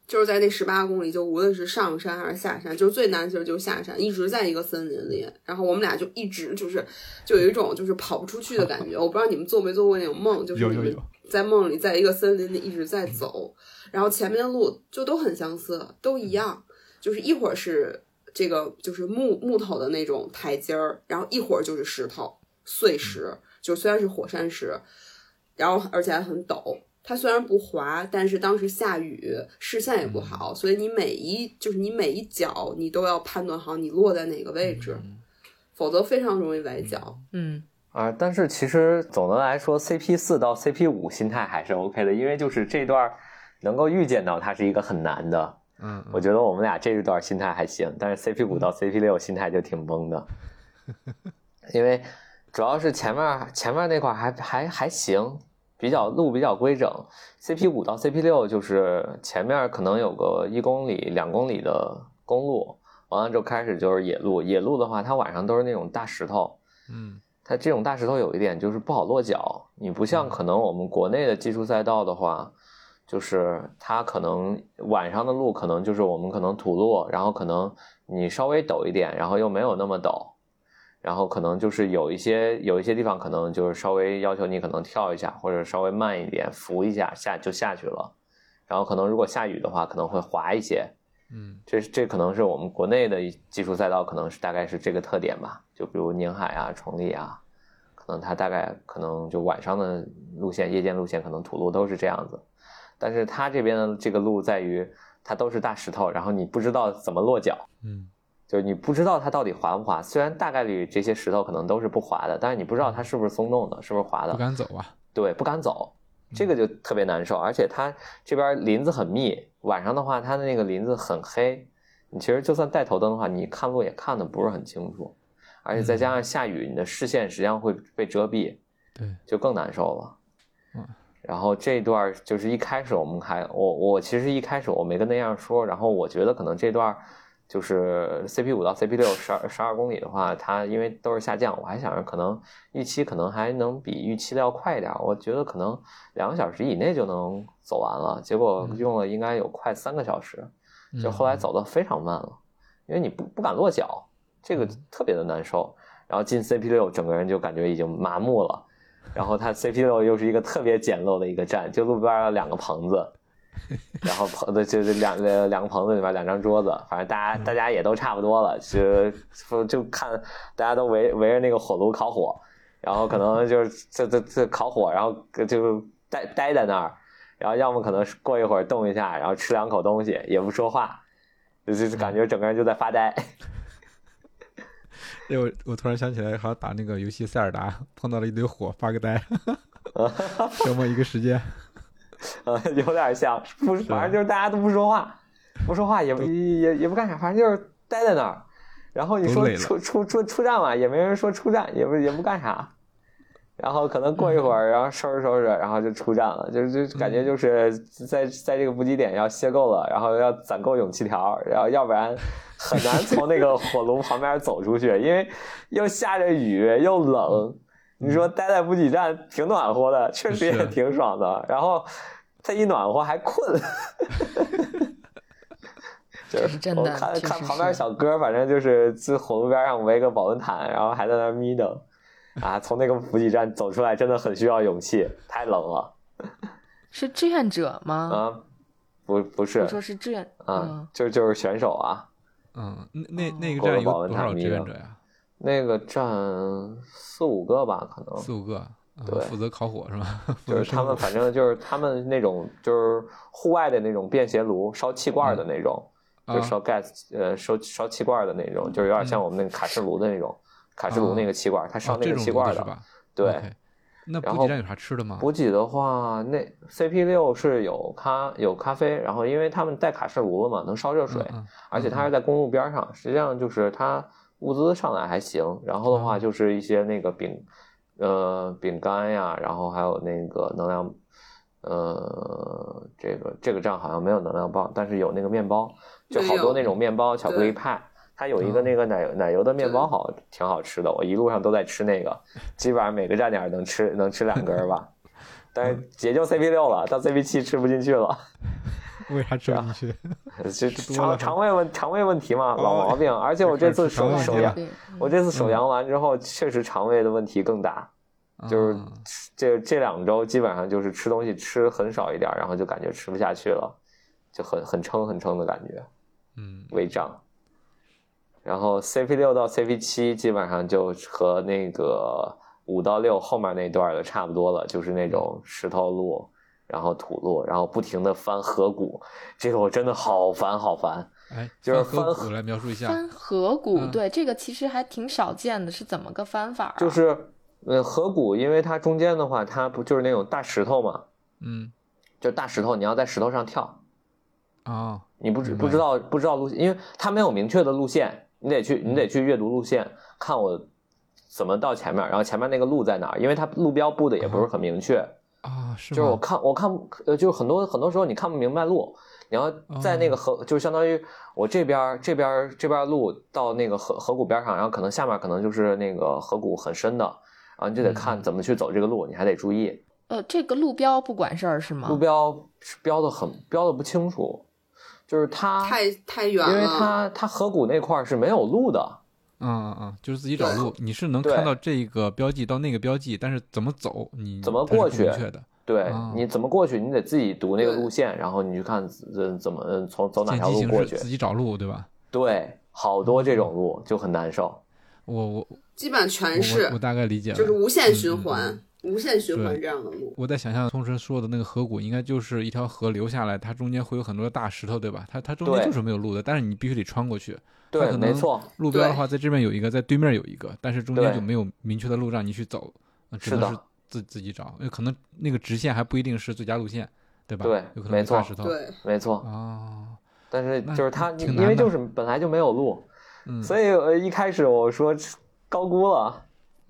就是在那十八公里，就无论是上山还是下山，就是最难其实就是下山，一直在一个森林里。然后我们俩就一直就是，就有一种就是跑不出去的感觉。我不知道你们做没做过那种梦，就是有你有们有，在梦里，在一个森林里一直在走，然后前面的路就都很相似，都嗯一样，就是一会儿是这个就是木木头的那种台阶儿，然后一会儿就是石头碎嗯石，就虽然是火山石，然后而且还很陡。它虽然不滑，但是当时下雨，视线也嗯不好，所以你每一就是你每一脚，你都要判断好你落在哪个位置，嗯否则非常容易崴脚。嗯，啊，但是其实总的来说，CP 四到 CP 五心态还是 OK 的，因为就是这段儿能够预见到它是一个很难的，嗯，我觉得我们俩这一段心态还行，但是 CP 五到 CP 六心态就挺崩的，因为主要是前面儿前面儿那块儿还还还行，比较路比较规整，CP 五到 CP 六就是前面儿可能有个一公里两公里的公路，完了之后开始就是野路，野路的话它晚上都是那种大石头。嗯它这种大石头有一点就是不好落脚，你不像可能我们国内的技术赛道的话，就是它可能晚上的路可能就是我们可能土路，然后可能你稍微陡一点，然后又没有那么陡，然后可能就是有一些有一些地方可能就是稍微要求你可能跳一下或者稍微慢一点扶一下下就下去了，然后可能如果下雨的话可能会滑一些，嗯这这可能是我们国内的一技术赛道，可能是大概是这个特点吧。就比如宁海啊、崇礼啊，可能它大概可能就晚上的路线、夜间路线，可能土路都是这样子。但是它这边的这个路在于，它都是大石头，然后你不知道怎么落脚，嗯就是你不知道它到底滑不滑。虽然大概率这些石头可能都是不滑的，但是你不知道它是不是松动的，是不是滑的不。敢走啊，对，不敢走，这个就特别难受。而且它这边林子很密，晚上的话，它的那个林子很黑，你其实就算带头灯的话，你看路也看的不是很清楚。而且再加上下雨，你的视线实际上会被遮蔽，对，就更难受了。嗯，然后这一段就是一开始我们还我我其实一开始我没跟那样说，然后我觉得可能这段就是 CP 五到 CP 六十二十二公里的话，它因为都是下降，我还想着可能预期可能还能比预期的要快一点，我觉得可能两个小时以内就能走完了，结果用了应该有快三个小时，就嗯后来走的非常慢了，因为你不不敢落脚，这个特别的难受。然后进 CP 六，整个人就感觉已经麻木了。然后它 CP 六又是一个特别简陋的一个站，就路边儿有两个棚子，然后棚子就是两个两个棚子里面两张桌子，反正大家大家也都差不多了，就就看大家都围围着那个火炉烤火，然后可能就是这这这烤火，然后就待待在那儿，然后要么可能是过一会儿动一下，然后吃两口东西，也不说话，就是感嗯觉整个人就在发呆。 哎，我我突然想起来，好像打那个游戏塞尔达碰到了一堆火，发 个呆，折磨一个时间。呃，有点像，不，反正就是大家都不说话，不说话也不也也不干啥，反正就是待在那儿。然后你都说累了出出出出站嘛，也没人说出站，也不也不干啥。然后可能过一会嗯儿，然后收拾收拾，然后就出站了，就就感觉就是在在这个补给点要歇够了，然后要攒够勇气条，然后要不然很难从那个火炉旁边走出去，因为又下着雨又冷，嗯你说待在补给站挺暖和的，确实也是挺爽的。然后它一暖和还困， 就这是真的我看确实看是旁边小哥，反正就是在火炉边上围个保温毯，然后还在那儿眯瞪。啊，从那个补给站走出来真的很需要勇气，太冷了是志愿者吗？啊！不，不是我嗯说是志愿，嗯啊，就就是选手啊，嗯，那那那个哦站有保多温少毯志迷嗯愿的者呀？那个站四五个吧，可能四五个，嗯对负责烤火是吧？负就责是他生们，火。反正就是他们那种就是户外的那种便携炉，烧气罐的那种，啊嗯就，烧 gas 呃烧烧气罐的那种，就是有点像我们那个卡式炉的那种，卡式炉那个气罐，它啊烧那这个种气炉子罐是的。吧？对， OK 啊那然补后给站有啥吃的吗？补给的话，那 CP 六是有咖有咖啡，然后因为他们带卡式炉了嘛，能烧热水，嗯而且它是在公路边儿上，实际上就是它物资上来还行，然后的嗯话就是一些那个饼，呃，饼干呀，然后还有那个能量，呃，这个这个站好像没有能量棒，但是有那个面包，就没好多有那种面包巧克力对嗯派。它有一个那个奶油奶油的面包好，挺好吃的。我一路上都在吃那个，基本上每个站点儿能吃能吃两根儿 吧。但嗯是也就 CP 六了，到 CP 七吃不进去了。嗯为啥吃不进去？ 这吃多了肠肠胃问肠胃问题嘛，哦老毛病。而且我这次 手开始吃肠胃手炎阳了，嗯对，我这次手阳完之后，确实肠胃的问题更大。就是嗯这这两周基本上就是吃东西吃很少一点儿，然后就感觉吃不下去了，就很很撑很撑的感觉，嗯，胃胀。然后 CP 六到 CP 七基本上就和那个五到六后面那段儿的差不多了，就是那种石头路，然后土路，然后不停的翻河谷，这个我真的好烦好烦。哎，就是翻河翻谷来描述一下，翻河谷，嗯对这个其实还挺少见的，是怎么个翻法啊？就是呃河谷，因为它中间的话，它不就是那种大石头嘛，嗯就大石头，你要在石头上跳，啊，你不知明白不知道不知道路线，因为它没有明确的路线，你得去你得去阅读路线，看我怎么到前面，然后前面那个路在哪儿，因为它路标布的也嗯不是很明确，啊，是就是我吗？看我看不呃，就是很多很多时候你看不明白路，你要在哦那个河，就相当于我这边儿这边儿这边儿路到那个河河谷边儿上，然后可能下面可能就是那个河谷很深的，然后你就得嗯看怎么去走这个路，你还得注意呃，这个路标不管事儿啊是吗？路标是标的很标的不清楚，就是它，太太远因为了。它它河谷那块儿是没有路的，嗯嗯嗯，就是自己找路，你是能对看到这个标记到那个标记，但是怎么走你怎么它是过不去明确的？对，哦你怎么过去，你得自己读那个对路线，然后你去看怎怎么呃从走哪见条机路行过事，去，自己找路，对吧？对，好多这种路就很难受。我我我基本上全我我是，大概理解了，就是无限循嗯环嗯，无限循环对这样的路。我在想象通神说的那个河谷，应该就是一条河流下来，它中间会有很多的大石头，对吧？它它中间对就是没有路的，但是你必须得穿过去。它对可，没能错，路标的话，在这边有一个，在对面有一个，但是中间对就没有明确的路让你去走，呃只是能的是自自己找。因为可能那个直线还不一定是最佳路线，对吧？对有可能没是大错石头。对，没错。哦，但是就那是它，挺因为难的就是本来就没有路，嗯，所以呃一开始我说高估了。嗯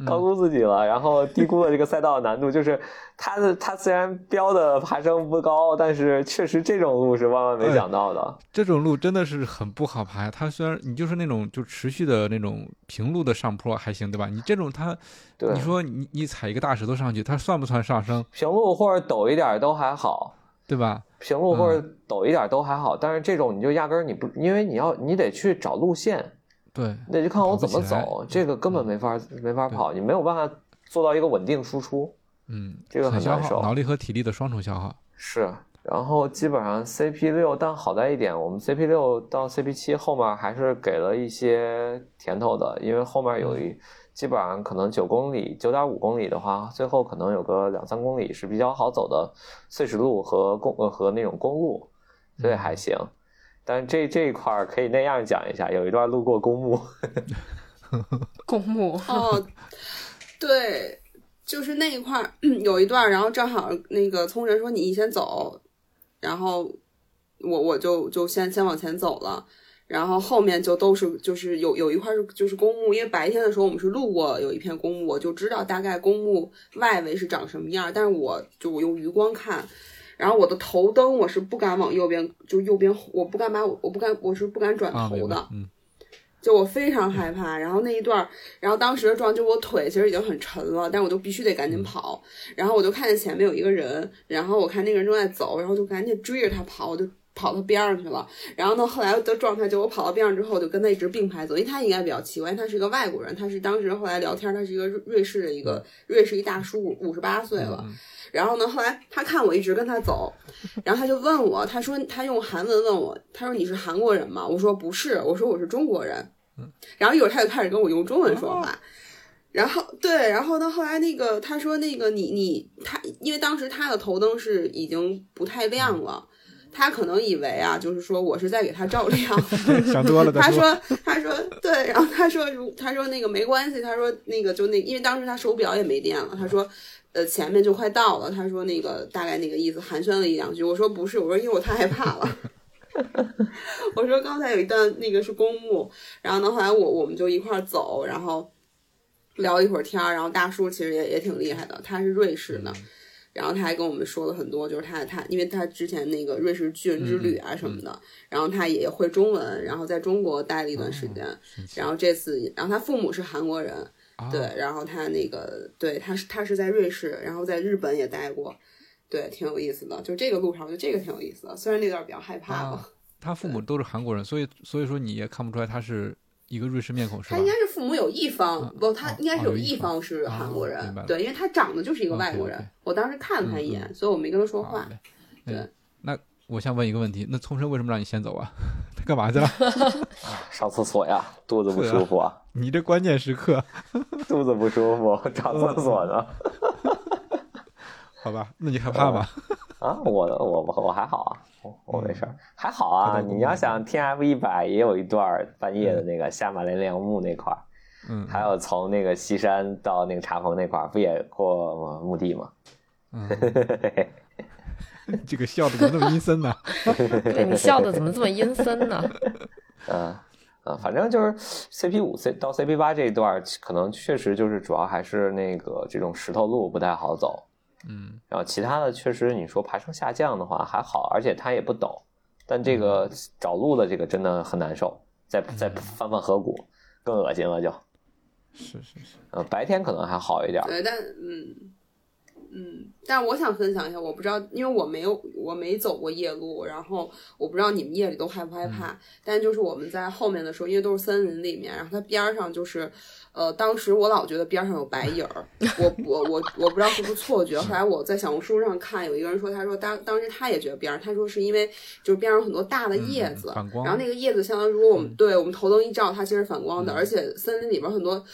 高估自己了，然后低估了这个赛道的难度。就是它的它虽然标的爬升不高，但是确实这种路是万万没想到的。这种路真的是很不好爬。它虽然你就是那种就持续的那种平路的上坡还行，对吧？你这种它，对，你说你你踩一个大石头上去，它算不算上升，平路或者陡一点都还好，对吧？平路或嗯者陡一点都还好。但是这种你就压根儿你不，因为你要你得去找路线，对，你得去看我怎么跑不起走来，嗯这个根本没法没法跑，你没有办法做到一个稳定输出。嗯，这个很很消难耗受脑力和体力的双重消耗。是，啊然后基本上 CP 六，但好在一点，我们 CP 六到 CP 七后面还是给了一些甜头的，因为后面有一、基本上可能九公里、九点五公里的话，最后可能有个两三公里是比较好走的碎石路和公呃和那种公路，所以还行。但这这一块儿可以那样讲一下，有一段路过公墓，公 墓哦，对，就是那一块儿 有一段儿，然后正好那个聪神说你先走，然后我我就就先先往前走了。然后后面就都是就是有有一块是就是公墓，因为白天的时候我们是路过有一片公墓，我就知道大概公墓外围是长什么样儿，但是我就我用余光看，然后我的头灯我是不敢往右边，就右边我不敢把我我不敢我是不敢转啊，头明的，白。嗯，就我非常害怕。然后那一段儿，然后当时的状态就我腿其实已经很沉了，但我就必须得赶紧跑。然后我就看见前面有一个人，然后我看那个人正在走，然后就赶紧追着他跑，我就。跑到边上去了，然后呢，后来的状态就我跑到边上之后，我就跟他一直并排走，因为他应该比较奇怪，因为他是一个外国人，他是当时后来聊天，他是一个瑞瑞士的一个瑞士一大叔，五十八岁了，然后呢，后来他看我一直跟他走，然后他就问我，他说他用韩文问我，他说你是韩国人吗？我说不是，我说我是中国人。然后一会儿他就开始跟我用中文说话。然后对，然后呢，后来那个他说那个你你他，因为当时他的头灯是已经不太亮了。他可能以为啊，就是说我是在给他照 亮，想多了再 他说，他说对，然后他说如他说那个没关系，他说那个就那因为当时他手表也没电了，他说。呃，前面就快到了，他说那个大概那个意思，寒暄了一两句。我说不是，我说因为我太害怕了。 我说刚才有一段那个是公墓，然后呢，后来我我们就一块儿走，然后聊一会儿天儿。然后大叔其实也也挺厉害的，他是瑞士的，然后他还跟我们说了很多，就是他他因为他之前那个瑞士巨人之旅啊什么的，然后他也会中文，然后在中国待了一段时哦间，然后这次，然后他父母是韩国人，啊对，然后他那个对，他是他是在瑞士，然后在日本也待过，对，挺有意思的，就这个路上，我觉得这个挺有意思的，虽然那段比较害怕吧，啊他父母都是韩国人，所以所以说你也看不出来他是一个瑞士面孔，是吧啊他应？该是父母有一方，不，他哦应该是哦有有一一方方是啊韩国人明白，了对，因为他长得就是一个外国人 OK，OK。我当时看了他一嗯眼，所以我没跟他说好话。嘞。对嗯，那我想问一个问题，那聪生为什么让你先走啊？ 他干嘛去了？上厕所呀，肚子不舒服啊，你这关键时刻，肚子不舒服，上厕所呢。好吧？那你害怕吗？啊，我我我我还好啊，我我没事儿，还好嗯啊。他都不你要想 T F 一百也有一段儿半夜的那个下马连良木那块儿，嗯，还有从那个西山到那个茶棚那块儿，不也过墓地吗？嗯， 这个笑的怎么那么阴森呢？对你笑的怎么这么阴森呢？嗯啊，反正就是 C P 五 C 到 C P 八这一段儿，可能确实就是主要还是那个这种石头路不太好走，嗯，然后其他的确实你说爬升下降的话还好，而且它也不陡，但这个嗯找路的这个真的很难受，再再翻翻河谷更恶心了就。是是是，呃，白天可能还好一点儿，对，但嗯嗯，但我想分享一下，我不知道，因为我没有我没走过夜路，然后我不知道你们夜里都害不害嗯怕。但就是我们在后面的时候，因为都是森林里面，然后它边儿上就是，呃，当时我老觉得边儿上有白影 儿，我我我我不知道是不是错觉。后来我在小红书上看，有一个人说，他说当当时他也觉得边儿，他说是因为就是边儿上有很多大的叶嗯子，反光然后那个叶子相当于如果我们、对我们头灯一照，它其实是反光的，嗯而且森林里边很多。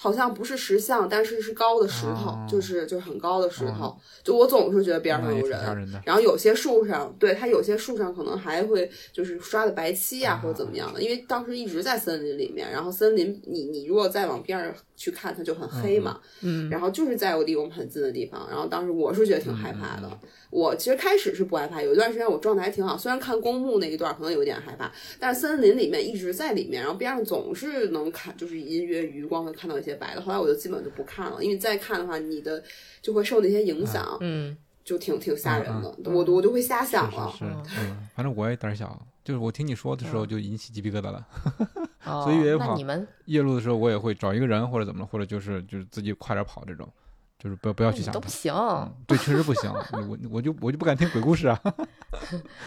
好像不是石像，但是是高的石头，哦就是就是很高的石头。哦就我总是觉得边那上也有挺人，吓人的。然后有些树上，对它有些树上可能还会就是刷的白漆啊，啊或者怎么样的，因为当时一直在森林里面，然后森林你你如果再往边儿去看，它就很黑嘛。嗯，然后就是在我离我们很近的地方，然后当时我是觉得挺害怕的。我其实开始是不害怕，有一段时间我状态还挺好，虽然看公墓那一段可能有点害怕，但是森林里面一直在里面，然后边上总是能看，就是隐约余光会看到一些白的。后来我就基本就不看了，因为再看的话，你的就会受那些影响， 嗯，就挺挺吓人的。嗯我我就会瞎想了。是是是，嗯，反正我也胆儿小，就是我听你说的嗯时候就引起鸡皮疙瘩了。哦所以越野那跑你们夜路的时候我也会找一个人或者怎么了，或者就是就是自己快点跑这种，就是不要不要那去你想都它不。行，嗯，对，确实不行， 我我就我就不敢听鬼故事啊。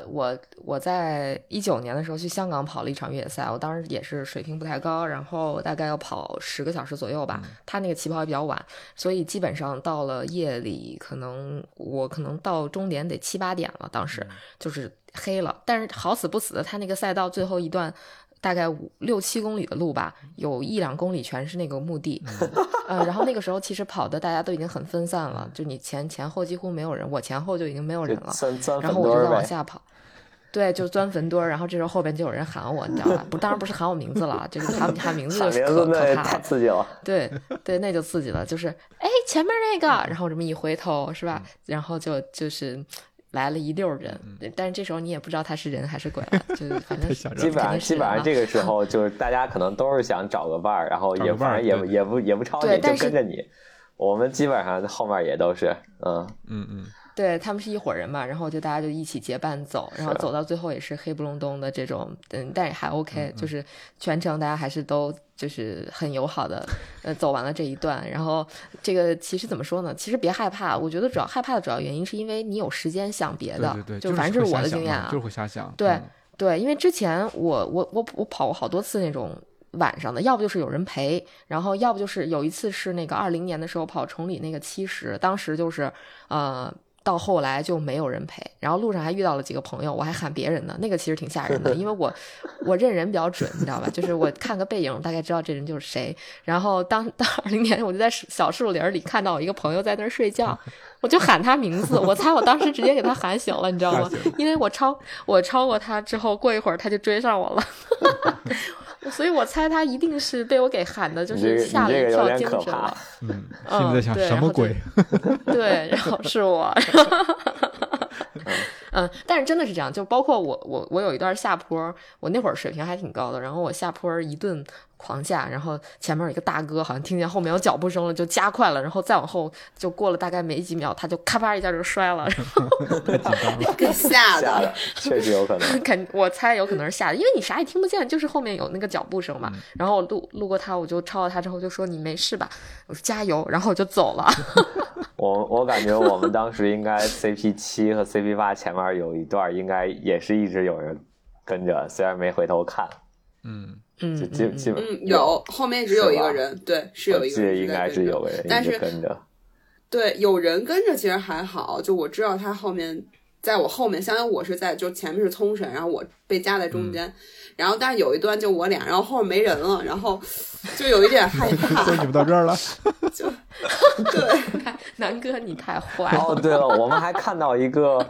我我在一九年的时候去香港跑了一场越野赛，我当时也是水平不太高，然后大概要跑十个小时左右吧。他那个起跑也比较晚，所以基本上到了夜里，可能我可能到终点得七八点了，当时就是黑了。但是好死不死的，他那个赛道最后一段。大概五六七公里的路吧，有一两公里全是那个墓地， 呃，然后那个时候其实跑的大家都已经很分散了，就你前前后几乎没有人，我前后就已经没有人就了，钻钻然粉后堆我就儿再往呗。下跑，对，就钻坟堆儿。然后这时候后边就有人喊我，你知道吧？不，当然不是喊我名字了，就是喊喊名字喊就名是字可那也可怕太了。刺激了，对对，那就刺激了，就是哎前面那个，嗯然后我这么一回头是吧？然后就就是来了一溜儿人，嗯但是这时候你也不知道他是人还是鬼了，就是反正太吓人了基肯本上定基是本人上了 这个时候就是大家可能都是想找个伴儿，然后找也个伴反儿正也对不也不也不超对你，就但是跟着你。我们基本上后面也都是，嗯， 嗯嗯，对他们是一伙人嘛，然后就大家就一起结伴走，然后啊是走到最后也是黑不隆咚的这种，嗯，但也还 OK，、就是全程大家还是都就是很友好的，呃，走完了这一段。然后这个其实怎么说呢？其实别害怕，我觉得主要害怕的主要原因是因为你有时间想别对的，对对，就是反正会是我瞎的想经验嘛啊，就是会瞎想。对嗯对，因为之前我我我我跑过好多次那种晚上的，要不就是有人陪，然后要不就是有一次是那个二零年的时候跑崇礼那个七十，当时就是呃。到后来就没有人陪，然后路上还遇到了几个朋友，我还喊别人呢，那个其实挺吓人的，因为 我我认人比较准，你知道吧？就是我看个背影，我大概知道这人就是谁。然后当当二零年，我就在小树林里看到我一个朋友在那儿睡 觉，我就喊他名字，我猜我当时直接给他喊醒了，你知道吗？因为我超我超过他之后，过一会儿他就追上我 了，所以我猜他一定是被我给喊的，就你这是个吓了一你这个有跳，点精可神怕了。嗯，嗯心里在想对什然后么就鬼？ 对，然后是我。 嗯，但是真的是这样，就包括我，我我有一段下坡，我那会儿水平还挺高的，然后我下坡一顿狂下，然后前面有一个大哥，好像听见后面有脚步声了，就加快了，然后再往后就过了大概没几秒，他就咔吧一下就摔 了，然后 给吓吓的 的，确实有可能。肯我猜有可能是吓的，因为你啥也听不见，就是后面有那个脚步声嘛。嗯然后我路路过他，我就超到他之后就说你没事吧？我说加油，然后我就走 了。我我感觉我们当时应该 CP 七和 CP 八前面有一段，应该也是一直有人跟着，虽然没回头看， 嗯，嗯就嗯基嗯基本嗯，有后面只有一个人，对，是有我一记个得人应在该跟是着有个人但一直是跟着。对，有人跟着其实还好，就我知道他后面，在我后面，相当于我是在就前面是冲绳，然后我被夹在嗯中间，然后但是有一段就我俩，然后后面没人了，然后就有一点害 怕，所以你们到这儿了。对，南哥你太坏 了，哦，对了，我们还看到一个，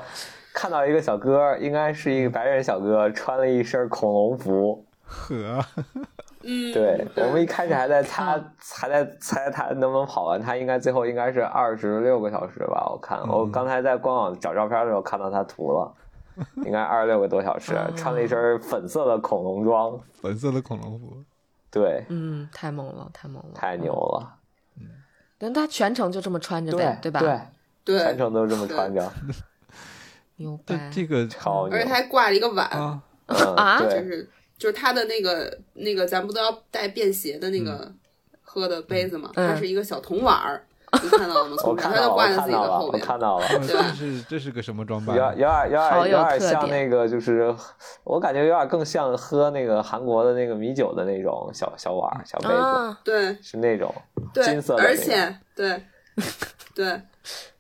看到一个小哥，应该是一个白人小哥，穿了一身恐龙服。 呵，嗯，对对我们一开始还在他还在猜他能不能跑完，他应该最后应该是二十六个小时吧？我看我刚才在官网找照片的时候看到他图了，应该二十六个多小时，穿了一身粉色的恐龙装，粉色的恐龙服。对，嗯，太猛了，太猛了，太牛了，但他全程就这么穿着呗对，吧？对，全对，程都这么穿着，牛但掰！这个超牛而且他还挂了一个碗，啊，嗯啊就对，是就是他的那个那个，咱不都要带便携的那嗯个喝的杯子吗？嗯它是一个小铜碗儿，你看到了吗？嗯 我从这看儿他就到了，挂我在看自己到的了，后我边，看到了。呃这是这是个什么装扮嗯有？点有点有好点有有特点像点那个，就是我感觉有点更像喝那个韩国的那个米酒的那种小小碗儿小杯子，啊，对，是那种对，金色的那而个且 对，对，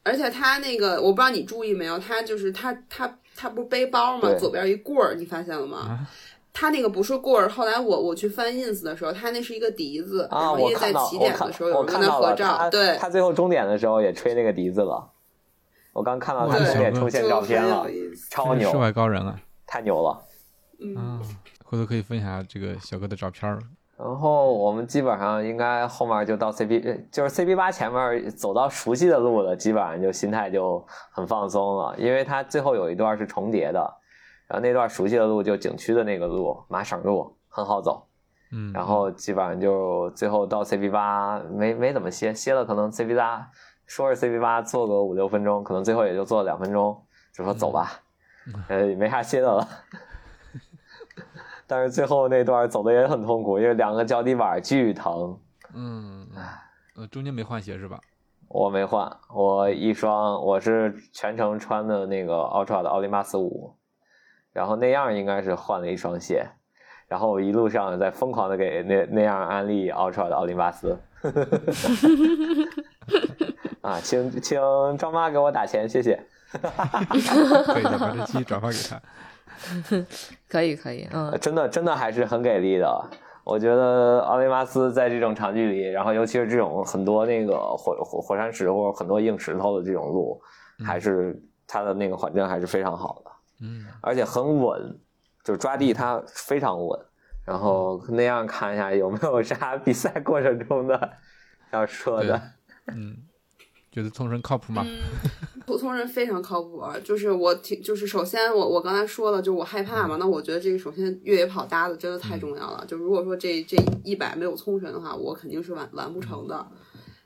而且它那个我不知道你注意没有，它就是它它它不是背包吗对？嗯左边一棍儿，你发现了吗？它那个不是棍儿，后来我我去翻 ins 的时候，它那是一个笛子，然啊，后因我为在看到起我点的时候看有我人跟看他到合了，照，他对，他最后终点的时候也吹那个笛子了，我刚看到他哇终点小哥出现就照片很了有，意思，超真是世牛，外高人啊！太牛了，嗯，啊，回头可以分享这个小哥的照片儿。然后我们基本上应该后面就到 CP，就是 CP 八前面走到熟悉的路了，基本上就心态就很放松了，因为它最后有一段是重叠的，然后那段熟悉的路就景区的那个路，马场路很好走，嗯，然后基本上就最后到 CP 八没没怎么歇，歇了可能 CP 八说是 CP 八坐个五六分钟，可能最后也就坐了两分钟，就说嗯走吧，呃，也没啥歇的了。 但是最后那段走的也很痛苦，因为两个脚底板巨疼，嗯，嗯呃，中间没换鞋是吧？ 我没换，我一双我是全程穿的那个 Ultra 的奥林巴斯五，然后那样应该是换了一双鞋，然后我一路上在疯狂的给那那样安利 Ultra 的奥林巴斯， 啊，请请张妈给我打钱，谢谢。可以的，把这期转发给他。可以可以，嗯呃，真的真的还是很给力的。我觉得奥林巴斯在这种长距离，然后尤其是这种很多那个火火火山石或者很多硬石头的这种路，还是它的那个缓震还是非常好的，嗯，而且很稳，就抓地它非常稳。然后嗯那样看一下有没有啥 比赛过程中的 要说的对，嗯，觉得冲绳靠谱吗？普通人非常靠谱，啊就是我挺就是首先我我刚才说了，就我害怕嘛，那我觉得这个首先越野跑搭的真的太重要了。就如果说这这一百没有冲绳的话，我肯定是完完不成的。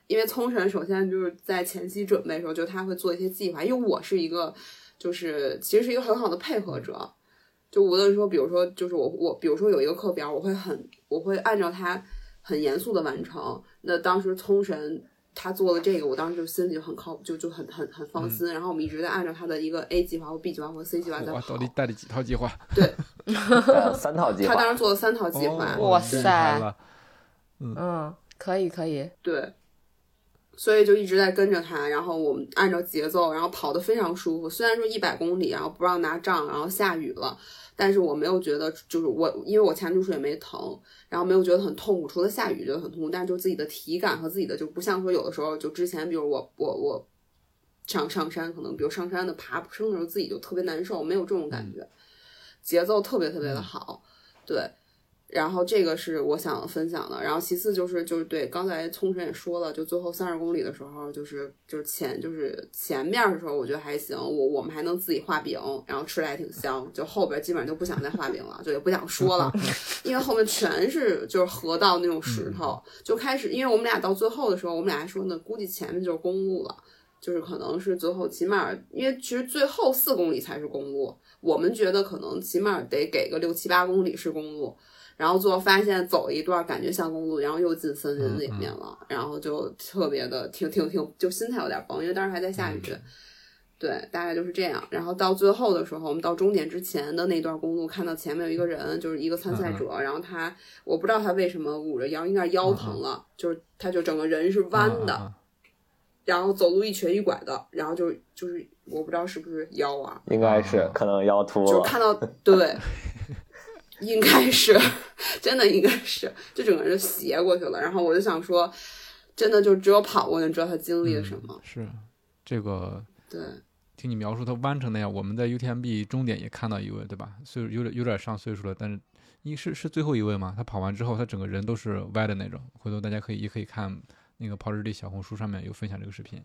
因为冲绳首先就是在前期准备的时候，就他会做一些计划，因为我是一个就是其实是一个很好的配合者，就无论说比如说就是我我比如说有一个课表，我会很我会按照它很严肃的完成。那当时冲绳他做了这个，我当时就心里就很靠就就很很很嗯放心。然后我们一直在按照他的一个 A 计划或 B 计划或 C 计划在哇，跑到。底带了几套计划？ 呃三套计他划。当时做了三套计划，哦哇厉害塞了嗯，可以可以，对，所以就一直在跟着他，然后我们按照节奏，然后跑得非常舒服。虽然说一百公里，然后不让拿杖，然后下雨了，但是我没有觉得就是我，因为我前足水没疼，然后没有觉得很痛苦，除了下雨觉得很痛苦，但是就自己的体感和自己的就不像说有的时候就之前，比如我我我上上山，可能比如上山的爬升的时候自己就特别难受，没有这种感觉，节奏特别特别的好，对。然后这个是我想分享的，然后其次就是就是对刚才冲绳也说了，就最后三十公里的时候，就是就是前就是前面的时候，我觉得还行，我我们还能自己画饼，然后吃的还挺香，就后边基本上就不想再画饼了，就也不想说了，因为后面全是就是河道那种石头，就开始，因为我们俩到最后的时候，我们俩还说呢，估计前面就是公路了。就是可能是最后起码，因为其实最后四公里才是公路，我们觉得可能起码得给个六七八公里是公路，然后最后发现走了一段感觉像公路，然后又进森林里面了，然后就特别的挺挺挺，就心态有点崩，因为当时还在下雨。对，大概就是这样。然后到最后的时候，我们到终点之前的那段公路，看到前面有一个人，就是一个参嗯赛者，然后他我不知道他为什么捂着腰，应该是腰嗯疼了，就是他就整个人是弯的，啊啊然后走路一瘸一拐的，然后就就是我不知道是不是腰啊，应该是啊可能腰突就了，看到 对，应该是真的应该是，就整个人就斜过去了。然后我就想说，真的就只有跑过去知道他经历了什么嗯。是这个对，听你描述它弯成那样，我们在 UTMB 终点也看到一位，对吧？岁数有点有点上岁数了，但是一是是最后一位嘛，他跑完之后，他整个人都是歪的那种。回头大家可以也可以看那个跑日历小红书上面有分享这个视频，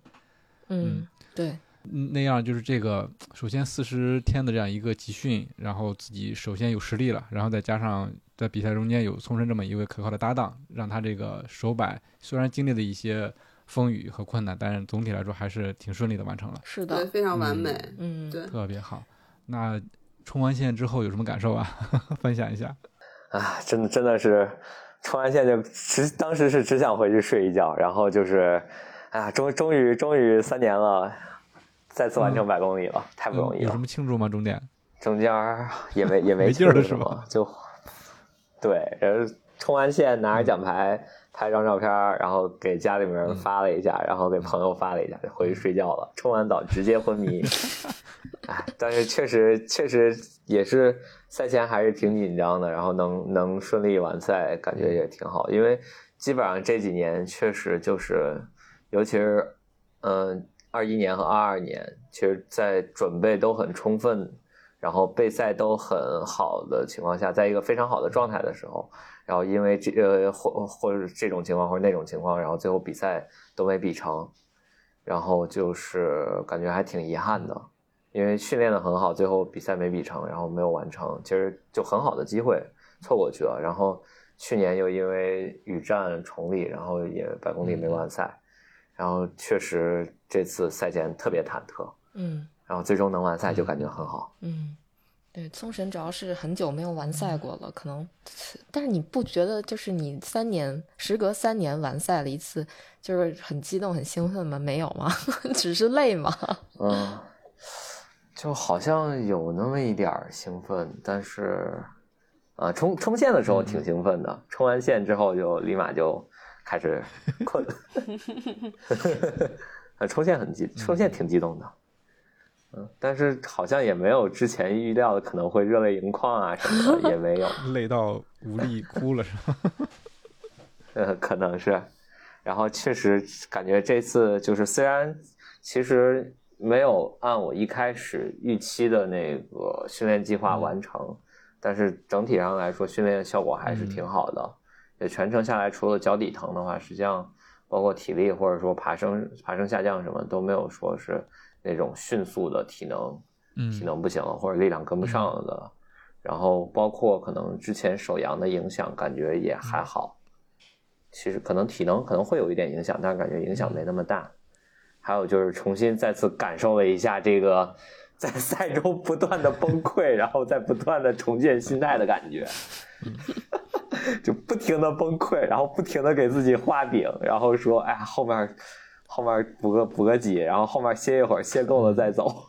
嗯，对，嗯那样就是这个首先四十天的这样一个集训，然后自己首先有实力了，然后再加上在比赛中间有丛生这么一位可靠的搭档，让他这个手摆虽然经历了一些风雨和困难，但是总体来说还是挺顺利的完成了，是对，的，非常完美。嗯，对特别好。那冲完线之后有什么感受啊？ 分享一下。啊，真的真的是冲完线就只当时是只想回去睡一觉，然后就是，啊，终终于终于三年了，再次完成百公里了，太不容嗯易啊有了什。么庆祝吗？终点？中间儿 也没也没没劲儿了庆祝是吧什么就对，然后冲完线拿着嗯奖牌拍张照片儿，然后给家里面人发了一下，然后给朋友发了一下，就回去睡觉了。冲完澡直接昏迷，哎，但是确实确实也是赛前还是挺紧张的，然后能能顺利完赛，感觉也挺好。因为基本上这几年确实就是，尤其是嗯二一年和二二年，其实在准备都很充分，然后备赛都很好的情况下，在一个非常好的状态的时候，然后因为这呃或或者是这种情况或者那种情况，然后最后比赛都没比成，然后就是感觉还挺遗憾的，因为训练的很好，最后比赛没比成，然后没有完成，其实就很好的机会错过去了。然后去年又因为雨战重历，然后也百公里没完赛，然后确实这次赛前特别忐忑，嗯然后最终能完赛就感觉很好。嗯，对，宗神主要是很久没有完赛过了，可能，但是你不觉得就是你三年时隔三年完赛了一次，就是很激动很兴奋吗？没有吗？ 只是累吗？嗯，就好像有那么一点儿兴奋，但是，啊，冲冲线的时候挺兴奋的，冲完线之后就立马就开始困。呃，冲线很激，冲线挺激动的，嗯，但是好像也没有之前预料的可能会热泪盈眶啊什么的，也没有。累到无力哭了是吧？呃，可能是。然后确实感觉这次就是，虽然其实没有按我一开始预期的那个训练计划完成，但是整体上来说训练效果还是挺好的。也全程下来，除了脚底疼的话，实际上包括体力或者说爬升、爬升下降什么都没有说是那种迅速的体能嗯体能不行了，或者力量跟不上了的。然后包括可能之前手阳的影响，感觉也还好。其实可能体能可能会有一点影响，但是感觉影响没那么大。还有就是重新再次感受了一下这个在赛中不断的崩溃，然后再不断的重建心态的感觉，就不停的崩溃，然后不停的给自己画饼，然后说哎呀后面后面补个补个几，然后后面歇一会儿，歇够了再走。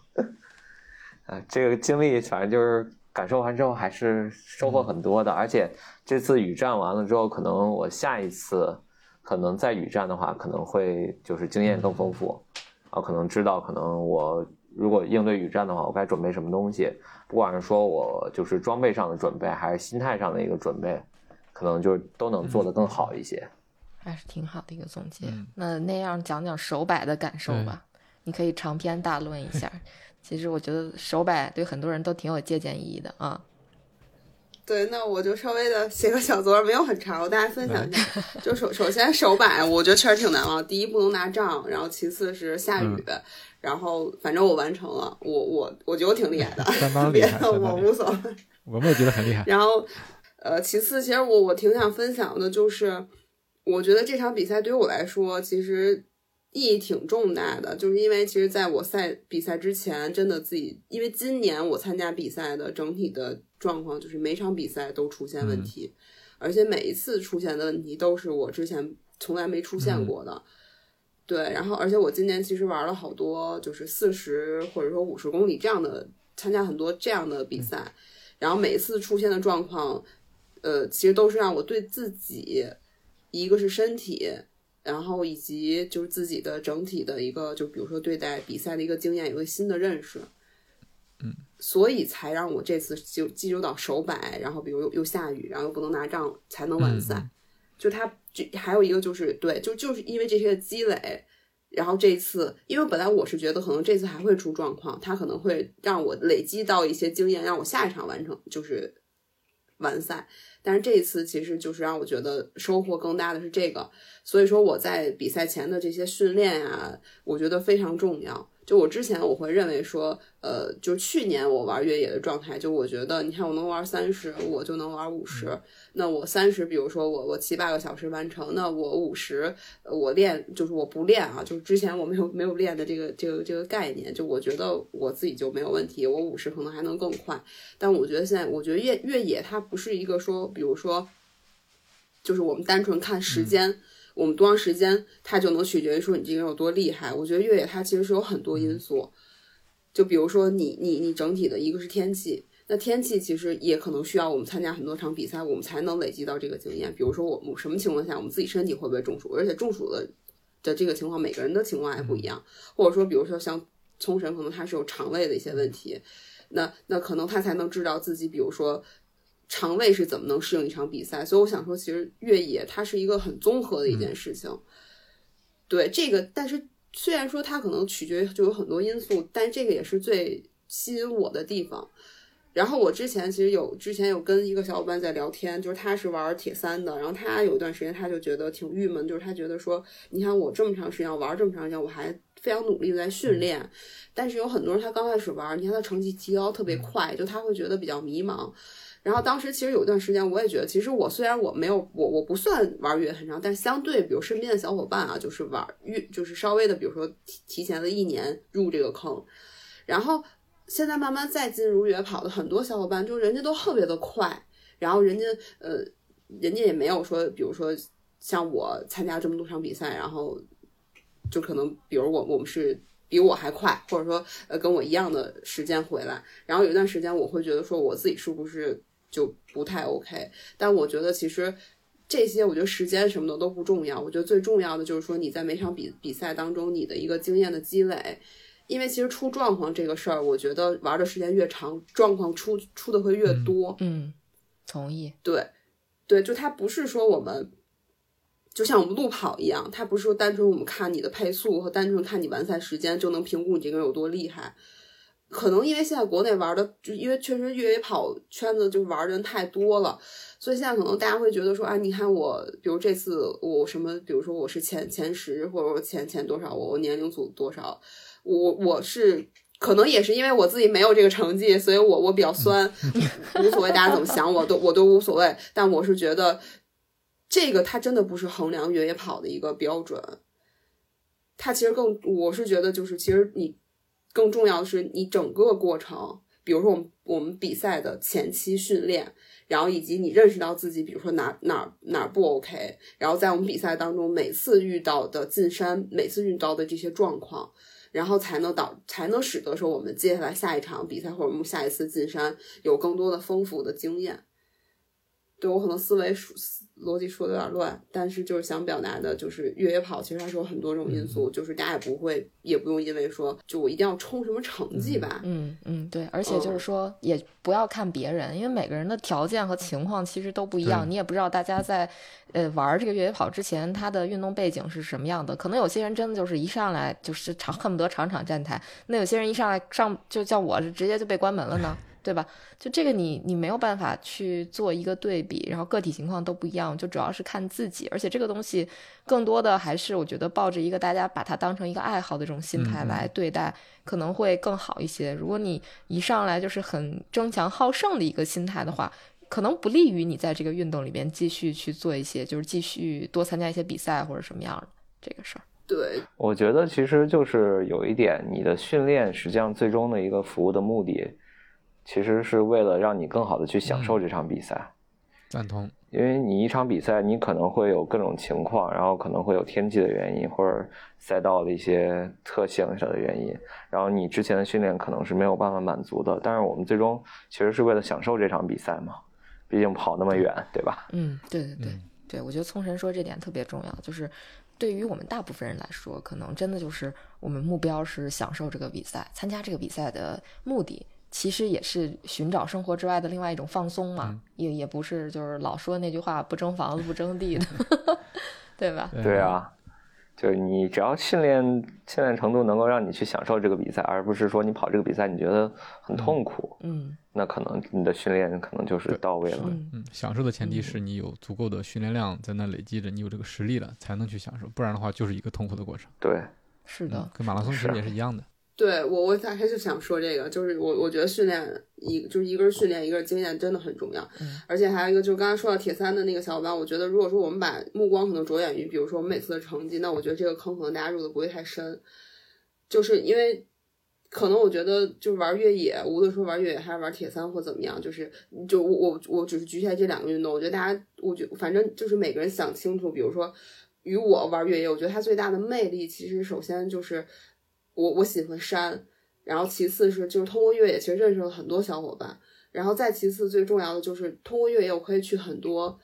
啊，这个经历反正就是感受完之后还是收获很多的，而且这次雨战完了之后，可能我下一次可能再雨战的话，可能会就是经验更丰富，啊，可能知道可能我如果应对雨战的话，我该准备什么东西，不管是说我就是装备上的准备，还是心态上的一个准备，可能就是都能做得更好一些。还是挺好的一个总结。嗯那那样讲讲手摆的感受对吧，你可以长篇大论一 下。其实我觉得手摆对很多人都挺有借鉴意义的啊。对，那我就稍微的写个小作文，没有很长，我大家分享一下。嗯就首首先手摆，我觉得确实挺难忘。第一不能拿杖，然后其次是下雨，嗯然后反正我完成了，我我我觉得我挺厉害的，嗯相当厉 别害，的相我当厉害无所谓。我们也觉得很厉害。然后，呃，其次，其实我我挺想分享的就是，我觉得这场比赛对于我来说，其实意义挺重大的，就是因为其实在我赛比赛之前，真的自己，因为今年我参加比赛的整体的状况就是每场比赛都出现问题，而且每一次出现的问题都是我之前从来没出现过的。对，然后而且我今年其实玩了好多，就是四十或者说五十公里这样的，参加很多这样的比赛，然后每一次出现的状况，呃，其实都是让我对自己，一个是身体，然后以及就是自己的整体的一个，就比如说对待比赛的一个经验有个新的认识。嗯，所以才让我这次就济州岛首摆，然后比如又又下雨，然后又不能拿杖，才能完赛。嗯就它这还有一个就是对，就就是因为这些积累，然后这一次，因为本来我是觉得可能这次还会出状况，它可能会让我累积到一些经验，让我下一场完成就是完赛。但是这一次其实就是让我觉得收获更大的是这个，所以说我在比赛前的这些训练啊，我觉得非常重要。就我之前我会认为说，呃，就去年我玩越野的状态，就我觉得你看我能玩三十，我就能玩五十、那我三十，比如说我我七八个小时完成，那我五十，呃我练就是我不练啊，就是之前我没有没有练的这个这个这个概念，就我觉得我自己就没有问题，我五十可能还能更快，但我觉得现在我觉得越越野它不是一个说，比如说，就是我们单纯看时间。我们多长时间，它就能取决于说你这个人有多厉害。我觉得越野它其实是有很多因素，就比如说你你你整体的一个是天气，那天气其实也可能需要我们参加很多场比赛，我们才能累积到这个经验。比如说我们什么情况下我们自己身体会不会中暑，而且中暑的的这个情况每个人的情况还不一样，或者说比如说像冲绳可能他是有肠胃的一些问题，那那可能他才能知道自己，比如说肠胃是怎么能适应一场比赛。所以我想说，其实越野它是一个很综合的一件事情。对这个，但是虽然说它可能取决于就有很多因素，但这个也是最吸引我的地方。然后我之前其实有之前有跟一个小伙伴在聊天，就是他是玩铁三的，然后他有一段时间他就觉得挺郁闷，就是他觉得说，你看我这么长时间玩这么长时间，我还非常努力地在训练，但是有很多人他刚开始玩，你看他成绩提高特别快，就他会觉得比较迷茫。然后当时其实有一段时间，我也觉得，其实我虽然我没有我我不算玩越野很长，但相对比如身边的小伙伴啊，就是玩越就是稍微的，比如说提提前了一年入这个坑，然后现在慢慢再进入越野跑的很多小伙伴，就人家都特别的快，然后人家呃人家也没有说，比如说像我参加这么多场比赛，然后就可能比如我我们是。比我还快，或者说，呃，跟我一样的时间回来。然后有一段时间，我会觉得说，我自己是不是就不太 OK。但我觉得其实这些，我觉得时间什么的都不重要。我觉得最重要的就是说你在每场比比赛当中你的一个经验的积累，因为其实出状况这个事儿，我觉得玩的时间越长，状况出出的会越多。嗯，同意。对，对，就它不是说我们。就像我们路跑一样，它不是说单纯我们看你的配速和单纯看你完赛时间就能评估你这个人有多厉害。可能因为现在国内玩的，就因为确实越野跑圈子就玩的人太多了，所以现在可能大家会觉得说啊，你看我，比如这次我什么，比如说我是前前十，或者我前前多少，我我年龄组多少，我我是可能也是因为我自己没有这个成绩，所以我我比较酸， 无所谓大家怎么想我都我都无所谓，但我是觉得。这个它真的不是衡量越野跑的一个标准，它其实更，我是觉得就是，其实你更重要的是你整个过程，比如说我们我们比赛的前期训练，然后以及你认识到自己，比如说哪哪哪不 OK，然后在我们比赛当中每次遇到的进山，每次遇到的这些状况，然后才能导才能使得说我们接下来下一场比赛或者我们下一次进山有更多的丰富的经验。对我可能思维说逻辑说的有点乱，但是就是想表达的，就是越野跑其实它是有很多种因素，就是大家也不会也不用因为说就我一定要冲什么成绩吧，嗯嗯，对，而且就是说，也不要看别人，因为每个人的条件和情况其实都不一样，对你也不知道大家在呃玩这个越野跑之前，他的运动背景是什么样的。可能有些人真的就是一上来就是场恨不得场场站台，那有些人一上来上就像我是直接就被关门了 呢，对吧？就这个你你没有办法去做一个对比，然后个体情况都不一样，就主要是看自己，而且这个东西更多的还是我觉得抱着一个大家把它当成一个爱好的这种心态嗯嗯来对待，可能会更好一些。如果你一上来就是很争强好胜的一个心态的话。可能不利于你在这个运动里边继续去做一些，就是继续多参加一些比赛或者什么样的这个事儿。对，我觉得其实就是有一点，你的训练实际上最终的一个服务的目的，其实是为了让你更好的去享受这场比赛。赞同。因为你一场比赛，你可能会有各种情况，然后可能会有天气的原因，或者赛道的一些特性上的原因，然后你之前的训练可能是没有办法满足的。但是我们最终其实是为了享受这场比赛嘛，毕竟跑那么远，对吧？嗯，对对对、嗯对，我觉得聪神说这点特别重要，就是对于我们大部分人来说，可能真的就是我们目标是享受这个比赛，参加这个比赛的目的。其实也是寻找生活之外的另外一种放松嘛，也也不是就是老说那句话不争房子不争地的， 对吧？对，啊，就是你只要训练训练程度能够让你去享受这个比赛，而不是说你跑这个比赛你觉得很痛苦，嗯那可能你的训练可能就是到位了。嗯嗯，享受的前提是你有足够的训练量在那累积着，你有这个实力了，才能去享受，不然的话就是一个痛苦的过程。对，是的嗯，，跟马拉松其实也是一样的。对我，我大概就想说这个，就是我我觉得训练一就是一个是训练，一个是经验，真的很重要。嗯而且还有一个就是刚才说到铁三的那个小伙伴，我觉得如果说我们把目光可能着眼于，比如说我们每次的成绩，那我觉得这个坑可能大家入的不会太深，就是因为可能我觉得就是玩越野，无论说玩越野还是玩铁三或怎么样，就是就我我我只是局限于这两个运动，我觉得大家，我觉反正就是每个人想清楚，比如说与我玩越野，我觉得它最大的魅力其实首先就是我我喜欢山，然后其次是就是通过越野其实认识了很多小伙伴，然后再其次最重要的就是通过越野我可以去很多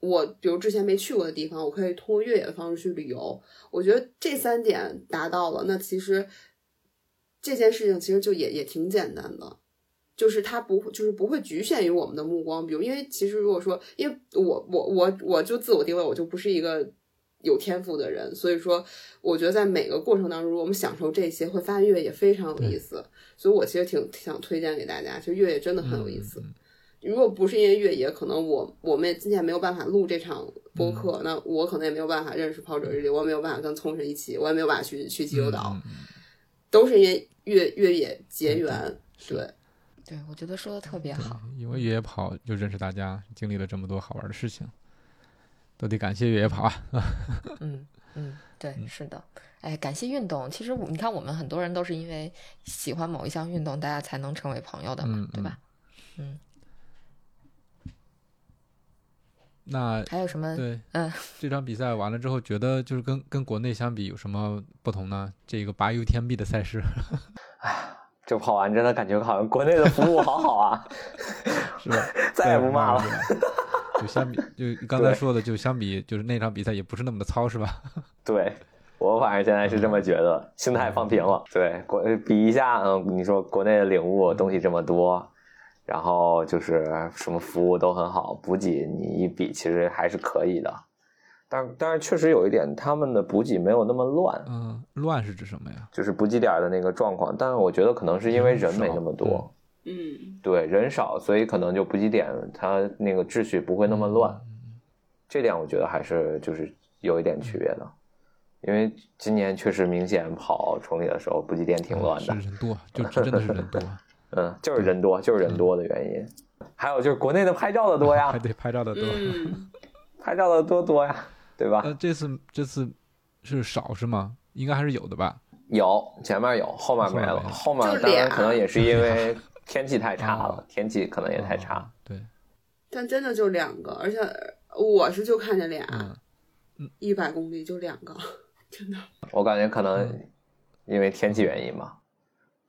我比如之前没去过的地方，我可以通过越野的方式去旅游。我觉得这三点达到了，那其实这件事情其实就也也挺简单的。就是它不会，就是不会局限于我们的目光。比如，因为其实如果说，因为我我我我就自我定位，我就不是一个有天赋的人，所以说我觉得在每个过程当中，我们享受这些，会发现越野也非常有意思。所以我其实挺挺想推荐给大家，就越野嗯真的很有意思。如果不是因为越野，可能我我们也今天没有办法录这场播嗯客，那我可能也没有办法认识跑者日历，我也没有办法跟聪神一起，我也没有办法去去济州岛，嗯都是因为越越野结缘。对，对，我觉得说的特 别好。因为越野跑就认识大家，经历了这么多好玩的事情，都得感谢越野跑啊！嗯，嗯，对，是的。哎，感谢运动。其实我你看，我们很多人都是因为喜欢某一项运动，大家才能成为朋友的嘛，嗯对吧？嗯，那还有什么？对，嗯，这场比赛完了之后，觉得就是跟跟国内相比有什么不同呢？这个八 U 天 B 的赛事，就跑完真的感觉好像国内的服务好好啊，是吧？再也不骂了。了。就相比， 就刚才说的，就相比，就是那场比赛也不是那么的糙，是吧？ 对我反正现在是这么觉得，心态放平了。对，国比一下，嗯，你说国内的领悟东西这么多，然后就是什么服务都很好，补给你一比其实还是可以的。但但是确实有一点，他们的补给没有那么乱，嗯，乱是指什么呀？就是补给点的那个状况。但是我觉得可能是因为人没那么人多少，嗯，对，人少，所以可能就补给点它那个秩序不会那么乱。嗯这点我觉得还是就是有一点区别的，因为今年确实明显跑崇礼的时候补给点挺乱的嗯是，人多，就真的是人 多，啊嗯，就是人多，就是人多的原因。还有就是国内的拍照的多呀还，得拍照的多。嗯，拍照的多多呀，对吧？呃，这次这次是少是吗？应该还是有的吧？有前面有，后面没了，后面面没了当就然俩可能也是因为天气太差哦了，天气可能也太差。嗯对，但真的就两个，而且我是就看见俩嗯，一百、公里就两个，真的。我感觉可能因为天气原因吧。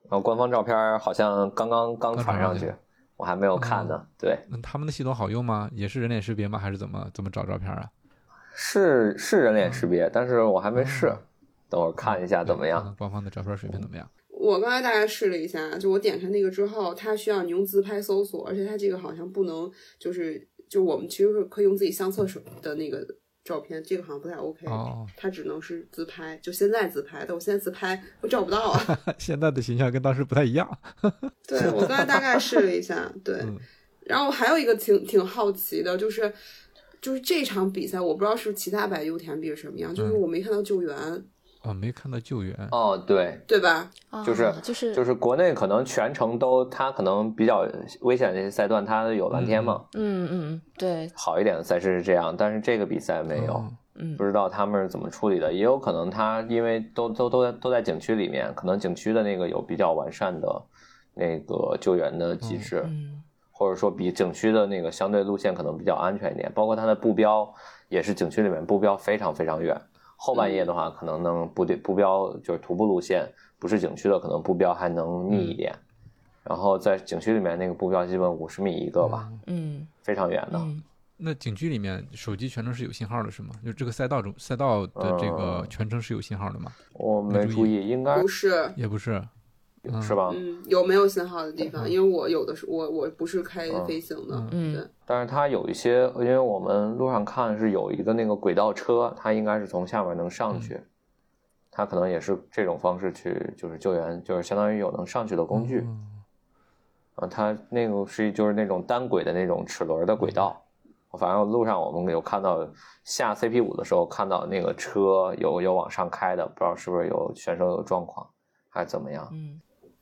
然后官方照片好像刚刚刚传上刚传上去，我还没有看呢。对，那他们的系统好用吗？也是人脸识别吗？还是怎么怎么找照片啊？是是人脸嗯识别，但是我还没试，等会儿看一下怎么对？看嗯样。看官方的照片水平怎么样？我刚才大概试了一下，就我点开那个之后，它需要你用自拍搜索，而且它这个好像不能，就是就我们其实是可以用自己相册手的那个照片，这个好像不太 OK，、哦，它只能是自拍，就现在自拍，但我现在自拍我找不到 啊。现在的形象跟当时不太一样。对我刚才大概试了一下，对，嗯然后还有一个挺挺好奇的，就是就是这场比赛，我不知道是其他白 U 田 B 是什么样，就是嗯我没看到救援，哦，没看到救援。哦，对，对吧？啊就是就是就是国内可能全程都，它可能比较危险的一些赛段，它有蓝天嘛，嗯嗯嗯，对，好一点的赛事是这样，但是这个比赛没有。哦嗯不知道他们是怎么处理的，也有可能他因为都都都在都在景区里面，可能景区的那个有比较完善的那个救援的机制，嗯或者说比景区的那个相对路线可能比较安全一点，包括它的步标也是景区里面步标非常非常远。后半夜的话，可能能步地步标就是徒步路线，不是景区的，可能步标还能密一点。然后在景区里面那个步标基本五十米一个吧，嗯非常远的。嗯那景区里面手机全程是有信号的，是吗？就这个赛道中赛道的这个嗯全程是有信号的吗？我没注意，应该不是，也不是，嗯是吧？嗯，有没有信号的地方？因为我有的是我我不是开嗯飞行的，嗯对。但是它有一些，因为我们路上看是有一个那个轨道车，它应该是从下面能上去，它可能也是这种方式去就是救援，就是相当于有能上去的工具。嗯啊，它那个是就是那种单轨的那种齿轮的轨嗯道。我反正路上我们有看到下 CP 五的时候，看到那个车有有往上开的，不知道是不是有选手有状况还是怎么样。 嗯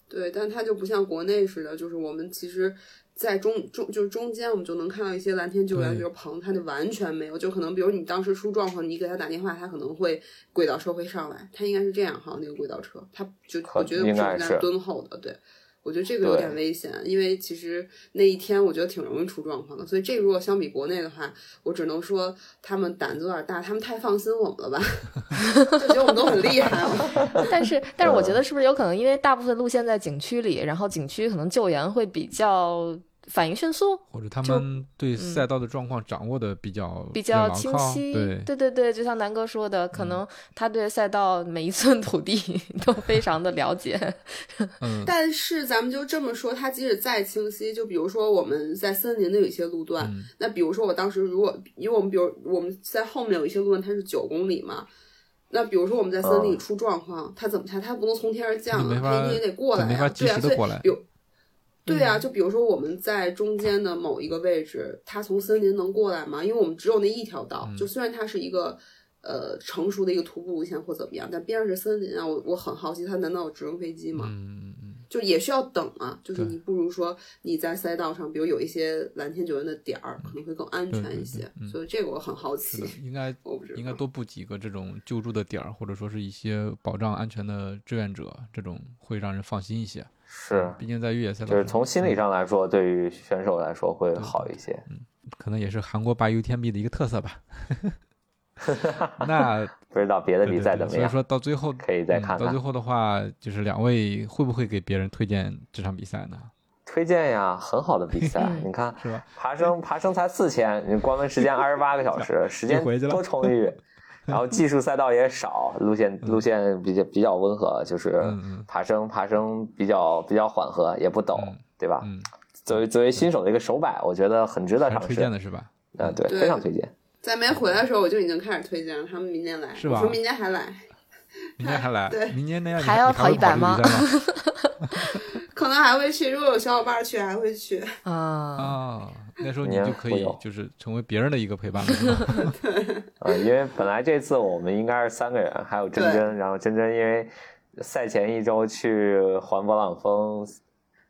对，但它就不像国内似的，就是我们其实，在中中就是中间，我们就能看到一些蓝天救援，对比如棚，它就完全没有，就可能比如你当时出状况，你给他打电话，他可能会轨道车会上来，他应该是这样哈，那个轨道车，他就可我觉得不应该在那是儿蹲候的，对。我觉得这个有点对危险，因为其实那一天我觉得挺容易出状况的，所以这个如果相比国内的话，我只能说他们胆子有点大，他们太放心我们了吧， 就觉得我们都很厉害了。但是，但嗯是我觉得是不是有可能，因为大部分路线在景区里，然后景区可能救援会比较反应迅速，或者他们对赛道的状况掌握的比较比较清牢靠嗯晰。对，对对对就像南哥说的，可能他对赛道每一寸土地 都非常的了解。 嗯但是咱们就这么说，它即使再清晰，就比如说我们在森林的有一些路段，嗯那比如说我当时如果，因为我们比如我们在后面有一些路段它是九公里嘛，那比如说我们在森林里嗯出状况，它怎么它它不能从天而降你嗯啊没，法它你也得过来、啊，你没法及时地嗯过来对啊，所以比如。对啊，就比如说我们在中间的某一个位置，它从森林能过来吗？因为我们只有那一条道，嗯就虽然它是一个呃成熟的一个徒步路线或怎么样，但边上是森林啊，我我很好奇，它难道有直升飞机吗？嗯嗯就也需要等啊，就是对你不如说你在赛道上，比如有一些蓝天九院的点儿，可能会更安对全对一些。嗯所以这个我很好奇嗯，，应该 我不知道应该多布几个这种救助的点儿，或者说是一些保障安全的志愿者，这种会让人放心一些。是，毕竟在越野赛道就上，是从心理上来说，对于选手来说会对好一些。嗯可能也是韩国八 U 天 B 的一个特色 吧。那不知道别的对比对赛对怎么所以样？说到最后可以再看嗯。到看最后的话，就是两位会不会给别人推荐这场比赛呢？推荐呀，很好的比赛，嗯你看是吧？爬升爬升才四千，你关门时间二十八个 小时，时间回去了多 充裕，然后技术赛道也少，路线路线比较比较温和，就是嗯嗯爬升爬升比较比较缓和，也不陡嗯，对吧？嗯，作为作为新手的一个手摆，我觉得很值得还尝推荐试。的是吧？嗯，对，对非常推荐。在没回来的时候，我就已经开始推荐了，他们明年来，是吧我说明年还来，明天还 来对，明天那样你还要你跑会一百这个吗比赛吗？可能还会去。如果有小伙伴去，还会去。啊，啊，那时候你明就年可会以有就是成为别人的一个陪伴了是 吧，呃，因为本来这次我们应该是三个人，还有珍珍，然后珍珍因为赛前一周去环勃朗峰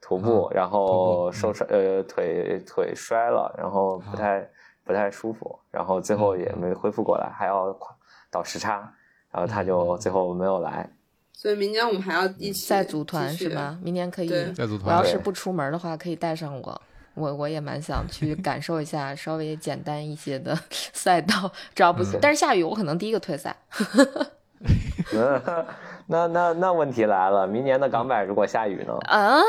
徒步，然徒步后嗯啊受伤、呃腿腿摔了，然后不太、不太舒服，然后最后也嗯没恢复过来，还要跨倒时差，然后他嗯就最后没有来。 所以明年我们还要一起赛嗯组团继续是？吧？明年可以。对在组我要团是对不出门的话，可以带上我。我我也蛮想去感受一下稍微简单一些的 赛道，只要不，嗯但是下雨我可能第一个退赛。嗯，那那那问题来了，明年的港百如果下雨呢？啊，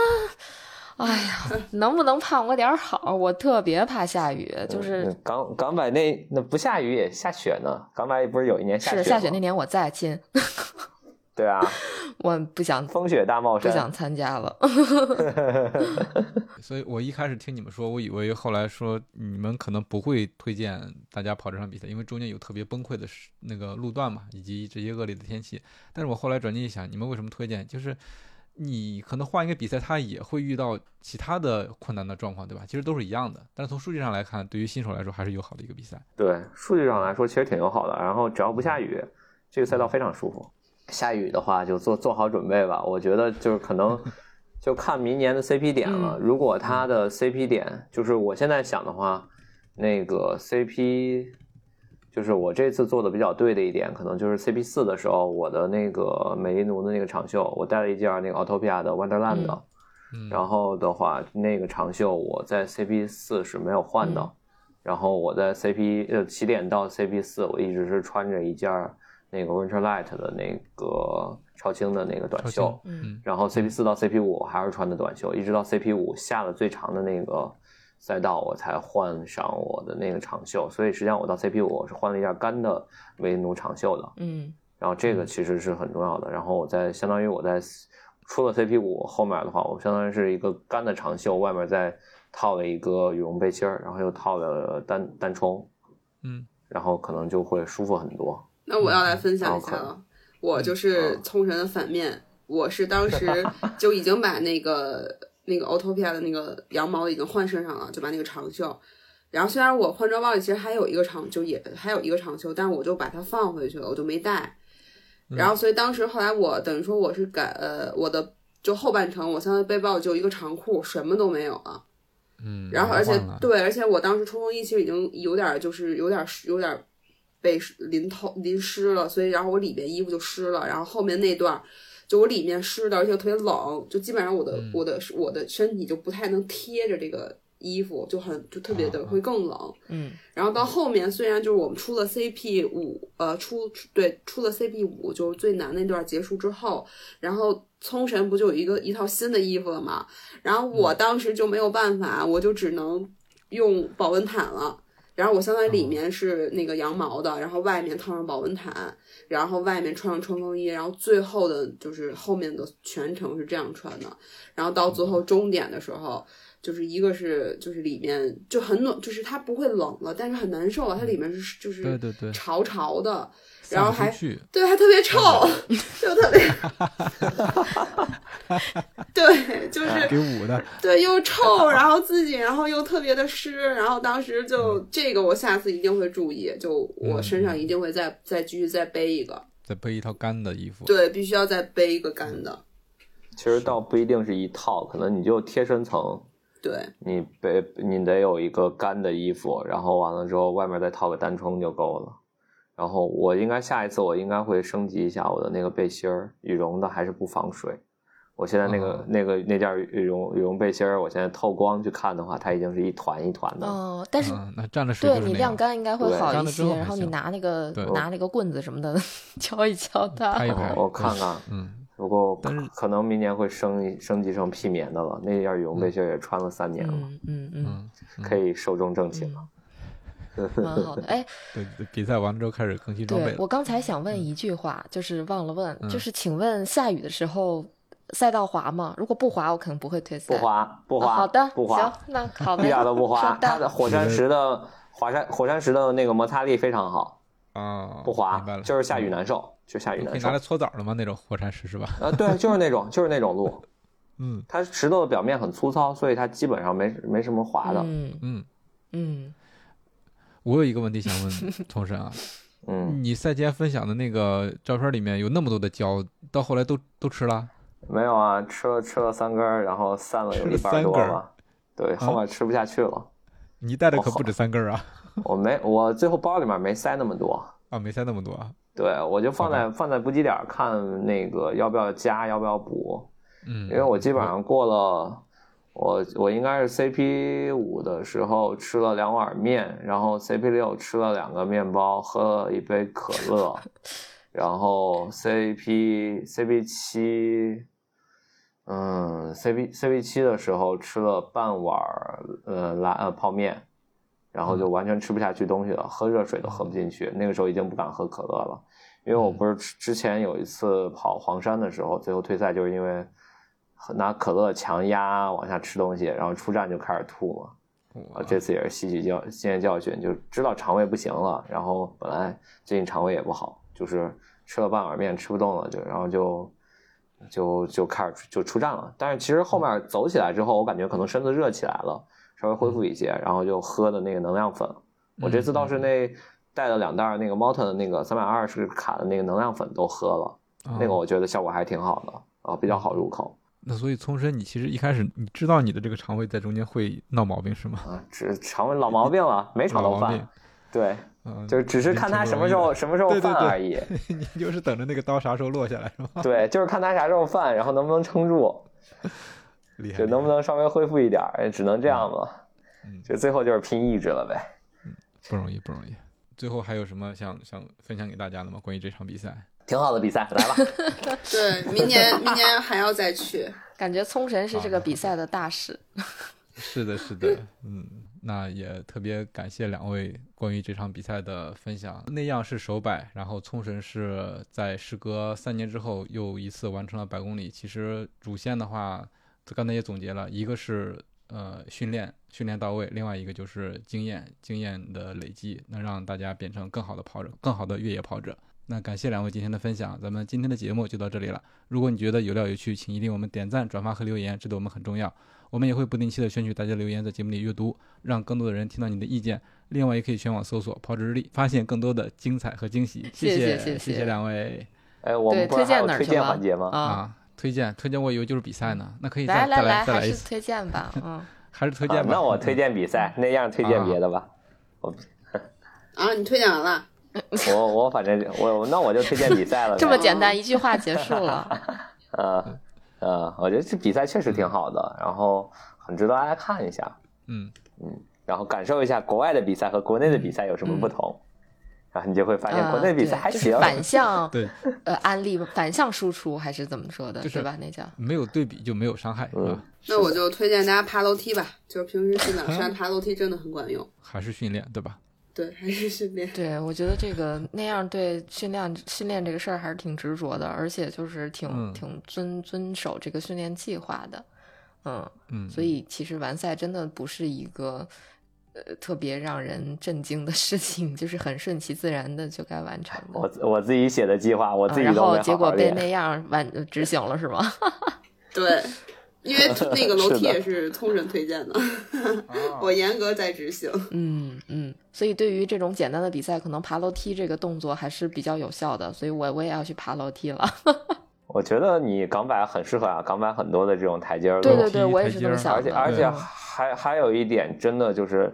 哎呀，能不能盼我点儿好？我特别怕下雨，呃就是嗯港港百那那不下雨也下雪呢，港百不是有一年下雪是下雪吗那年我在，亲， 对啊，我不想风雪大帽不衫。想参加了。 所以我一开始听你们说，我以为后来说你们可能不会推荐大家跑这场比赛，因为中间有特别崩溃的时那个路段嘛，以及这些恶劣的天气。但是我后来转念一想，你们为什么推荐？就是你可能换一个比赛，它也会遇到其他的困难的状况，对吧？其实都是一样的。但是从数据上来看，对于新手来说还是友好的一个比赛。对，数据上来说其实挺友好的。然后只要不下雨，这个赛道非常舒服。下雨的话就做做好准备吧。我觉得就是可 能就看明年的 CP 点了。嗯如果它的 CP 点就是我现在想的话，那个 CP 就是我这次做的比较对的一点，可能就是 CP 四的时候，我的那个美利奴的那个长袖，我带了一件那个 Autopia 的 Wonderland 的。嗯，然后的话，那个长袖我在 CP 四是没有换的，嗯然后我在 CP 呃起点到 CP 四，我一直是穿着一件儿那个 Winterlight 的那个超轻的那个短超袖轻，，嗯然后 CP 四到 CP 五我还是穿的短袖，一直到 CP 五下了最长的那个赛道，我才换上我的那个长袖，所以实际上我到 CP 五我是换了一件干的维奴长袖的，嗯然后这个其实是很重要的。然后我在相当于我在出了 CP 五后面的话，我相当于是一个干的长袖，外面再套了一个羽绒背心儿，然后又套了单单冲，嗯，然后可能就会舒服很多。那我要来分享一下嗯了。我就是冲绳的反面，我是当时就已经把那个那个 Autopia 的那个羊毛已经换身上了，就把那个长袖。然后虽然我换装包里其实还有一个长，就也还有一个长袖，但是我就把它放回去了，我就没带。然后所以当时后来我等于说我是改呃我的就后半程，我现在背包里就一个长裤，什么都没有了。嗯，然后而且换了对，而且我当时冲锋衣其实已经有点儿就是有点儿有点儿被淋透淋湿了，所以然后我里边衣服就湿了，然后后面那段儿就我嗯里面湿的，而且又特别冷，就基本上我的、我的我的身体就不太能贴着这个衣服，就很就特别的啊会更冷。嗯然后到后面虽然就是我们出了 CP 五，呃，出出对出了 CP 五，就是最难那段结束之后，然后冲绳不就有一个一套新的衣服了嘛？然后我当时就没有办法，我就只能用保温毯了。然后我相当于里面是那个羊毛的，然后外面套上保温毯，然后外面穿上冲锋衣，然后最后的就是后面的全程是这样穿的。然后到最后终点的时候，就是一个是就是里面就很暖，就是它不会冷了，但是很难受了，它里面是就是对对对潮潮的，散然后不出还去对，还特别臭，啊就 特别，对，就是给捂的，对，又臭，然后自己，然后又特别的湿，然后当时就嗯这个，我下次一定会注意，就我身上一定会嗯再再继续再背一个，再背一套干的衣服。对，必须要再背一个干的，其实倒不一定是一套，可能你就贴身层， 对你被你得有一个干的衣服，然后完了之后外面再套个单冲就够了。然后我应该下一次我应该会升级一下我的那个背心儿，羽绒的还是不防水。我现在那个、哦那个那件羽绒羽绒背心儿，我现在透光去看的话，它已经是一团一团的了。哦，但是嗯，那蘸了水对就是你那晾样，干应该会对好干一了之些，后还然后你行拿那个对拿那个棍子什么的 敲一敲它拍一哦拍。我看看嗯，不过可但是可能明年会升一升级成皮棉的了。那件羽绒背心儿也穿了三年了，嗯嗯嗯，嗯可以寿终正寝了。蛮好的。哎，对，对比赛完了之后开始更新嗯 装备对了我。刚才想问一句话，就是忘了问，就嗯是请问下雨的时候赛道滑吗？如果不滑，我可能不会退赛。不滑不不滑、哦好的，不滑行，那好一嘞，点都不滑收。到它哎的火山石的火山火山石的那个摩擦力非常好，啊，不滑明白了，就是下雨难受，就下雨可难以受拿来。搓澡的吗？那种火山石是吧？呃，对，就是那种 就是那种路，嗯它石头的表面很粗糙，所以它基本上没没什么滑的。嗯嗯，嗯，我有一个问题想 问童神啊，嗯，你赛前分享的那个照片里面有那么多的胶，到后来都都吃了，没有啊，吃了吃了三根儿，然后散了有吃一了半三多根儿啊吧。对，后面吃不下去了。你带的可不止三根儿啊！我没，我最后包里面没塞那么多。啊，没塞那么多啊。对，我就放好在放在补给点儿看那个要不要加，要不要补。嗯，因为我基本上过了，我我应该是 CP 五的时候吃了两碗面，然后 CP 六吃了两个面包，喝了一杯可乐，然后 CP CP 七，嗯，CP CP 七的时候吃了半碗儿呃拉呃泡面，嗯然后就完全吃不下去东西了，喝热水都喝不进去，那个时候已经不敢喝可乐了。因为我不是之之前有一次跑黄山的时候，最后退赛就是因为喝拿可乐强压往下吃东西，然后出站就开始吐嘛。啊，我这次也是吸取教经验教训，就知道肠胃不行了，然后本来最近肠胃也不好，就是吃了半碗面吃不动了，就然后就就就开始就出站了。但是其实后嗯面走起来之后，我感觉可能身子热起来了，稍微恢复一些，然后就喝的那个能量粉。我这次倒嗯是那带了两袋儿那个 Mountain 的那个三百二十卡的那个能量粉都喝了，那个哦我觉得效果还挺好的啊，比较好入口那所以聪深，你其实一开始你知道你的这个肠胃在中间会闹毛病是吗？啊，只肠胃老毛病了，没闹炒豆嗯毛病饭，，对。嗯，就是只是看他什么时候什么时候对对犯对而已。 你就是等着那个刀啥时候落下来是吗？对，就是看他啥时候犯，然后能不能撑住，厉害，就能不能稍微恢复一点儿，也只能这样了嗯。就最后就是拼意志了呗。不容易，不容易。最后还有什么想想分享给大家的吗？关于这场比赛？挺好的比赛，来吧。对，明年明年还要再去，感觉冲绳是这个比赛的大使。是的，是 的，嗯，那也特别感谢两位关于这场比赛的分享。那样是首百，然后冲绳是在时隔三年之后又一次完成了百公里。其实主线的话，刚才也总结了，一个是呃训练训练到位，另外一个就是经验经验的累积，能让大家变成更好的跑者，更好的越野跑者。那感谢两位今天的分享，咱们今天的节目就到这里了。如果你觉得有料有趣，请一定我们点赞、转发和留言，这对我们很重要。我们也会不定期的选取大家留言，在节目里阅读，让更多的人听到你的意见。另外，也可以全网搜索“抛掷日历”，发现更多的精彩和惊喜。谢谢谢谢谢谢两位 哎，我对们不是推荐还有哪儿推去荐了环节吗？啊，啊！推荐推荐，我以为就是比赛呢，那可以来再再来，再还来一是次，推荐吧。 嗯，还是推啊荐吧。那我推荐比赛，那样推荐别 的吧。啊，你推荐完了，我我反正我我那我就推荐比赛 了呗。啊这么简单一句话结束 了。呃呃，我觉得这比赛确实挺好的，然后很值得大家看一下。嗯然后感受一下国外的比赛和国内的比赛有什么不同，然后你就会发现哎国内比赛嗯啊还对行就是、，反 向对，呃安利反向输出还是怎么说的，就是对吧？那叫没有对比就没有伤害，是嗯吧？那我就推荐大家爬楼梯吧，就是平时去哪啊儿山爬楼梯真的很管用。还是训练，对吧？对，还是训练。对，我觉得这个那样对训练训练这个事儿还是挺执着的，而且就是挺、嗯挺遵遵守这个训练计划的，嗯，嗯，所以其实完赛真的不是一个呃特别让人震惊的事情，就是很顺其自然的就该完成的。我我自己写的计划，我啊自己然都后没结好果好被练。那样完呃执行了是吗？ 对， 因 为那个楼是梯的哦也是通神推荐的， 我严格在执行。嗯嗯，所以对于这种简单的比赛，可能爬楼梯这个动作还是比较有效的，所以我我也要去爬楼梯了。我觉得你港版很适合啊，港版很多的这种台阶儿都对有，对梯对，我也台是阶这么儿想而且的。而且嗯还还有一点，真的就是，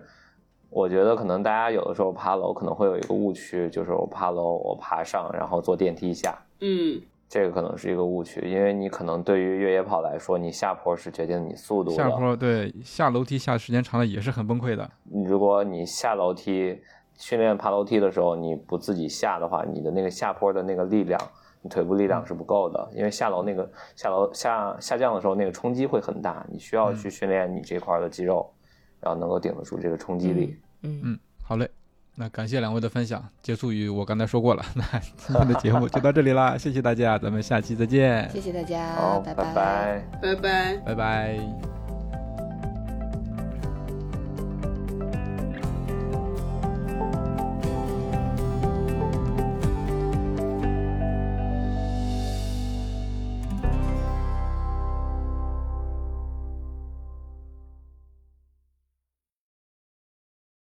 我觉得可能大家有的时候爬楼可能会有一个误区，就是我爬楼我爬上，然后坐电梯下，嗯，这个可能是一个误区，因为你可能对于越野跑来说，你下坡是决定你速度的，下坡对下楼梯下时间长了也是很崩溃的，你如果你下楼梯训练爬楼梯的时候，你不自己下的话，你的那个下坡的那个力量，你腿部力嗯量是不够的，因为下楼那个下楼下下降的时候，那个冲击会很大，你需嗯要去训练你这块的肌肉，然后能够顶得住这个冲击力。嗯嗯，好嘞。那感谢两位的分享，结束于我刚才说过了。那今天的节目就到这里啦，谢谢大家，咱们下期再见，谢谢大家，好，嗯拜拜拜拜拜。拜拜。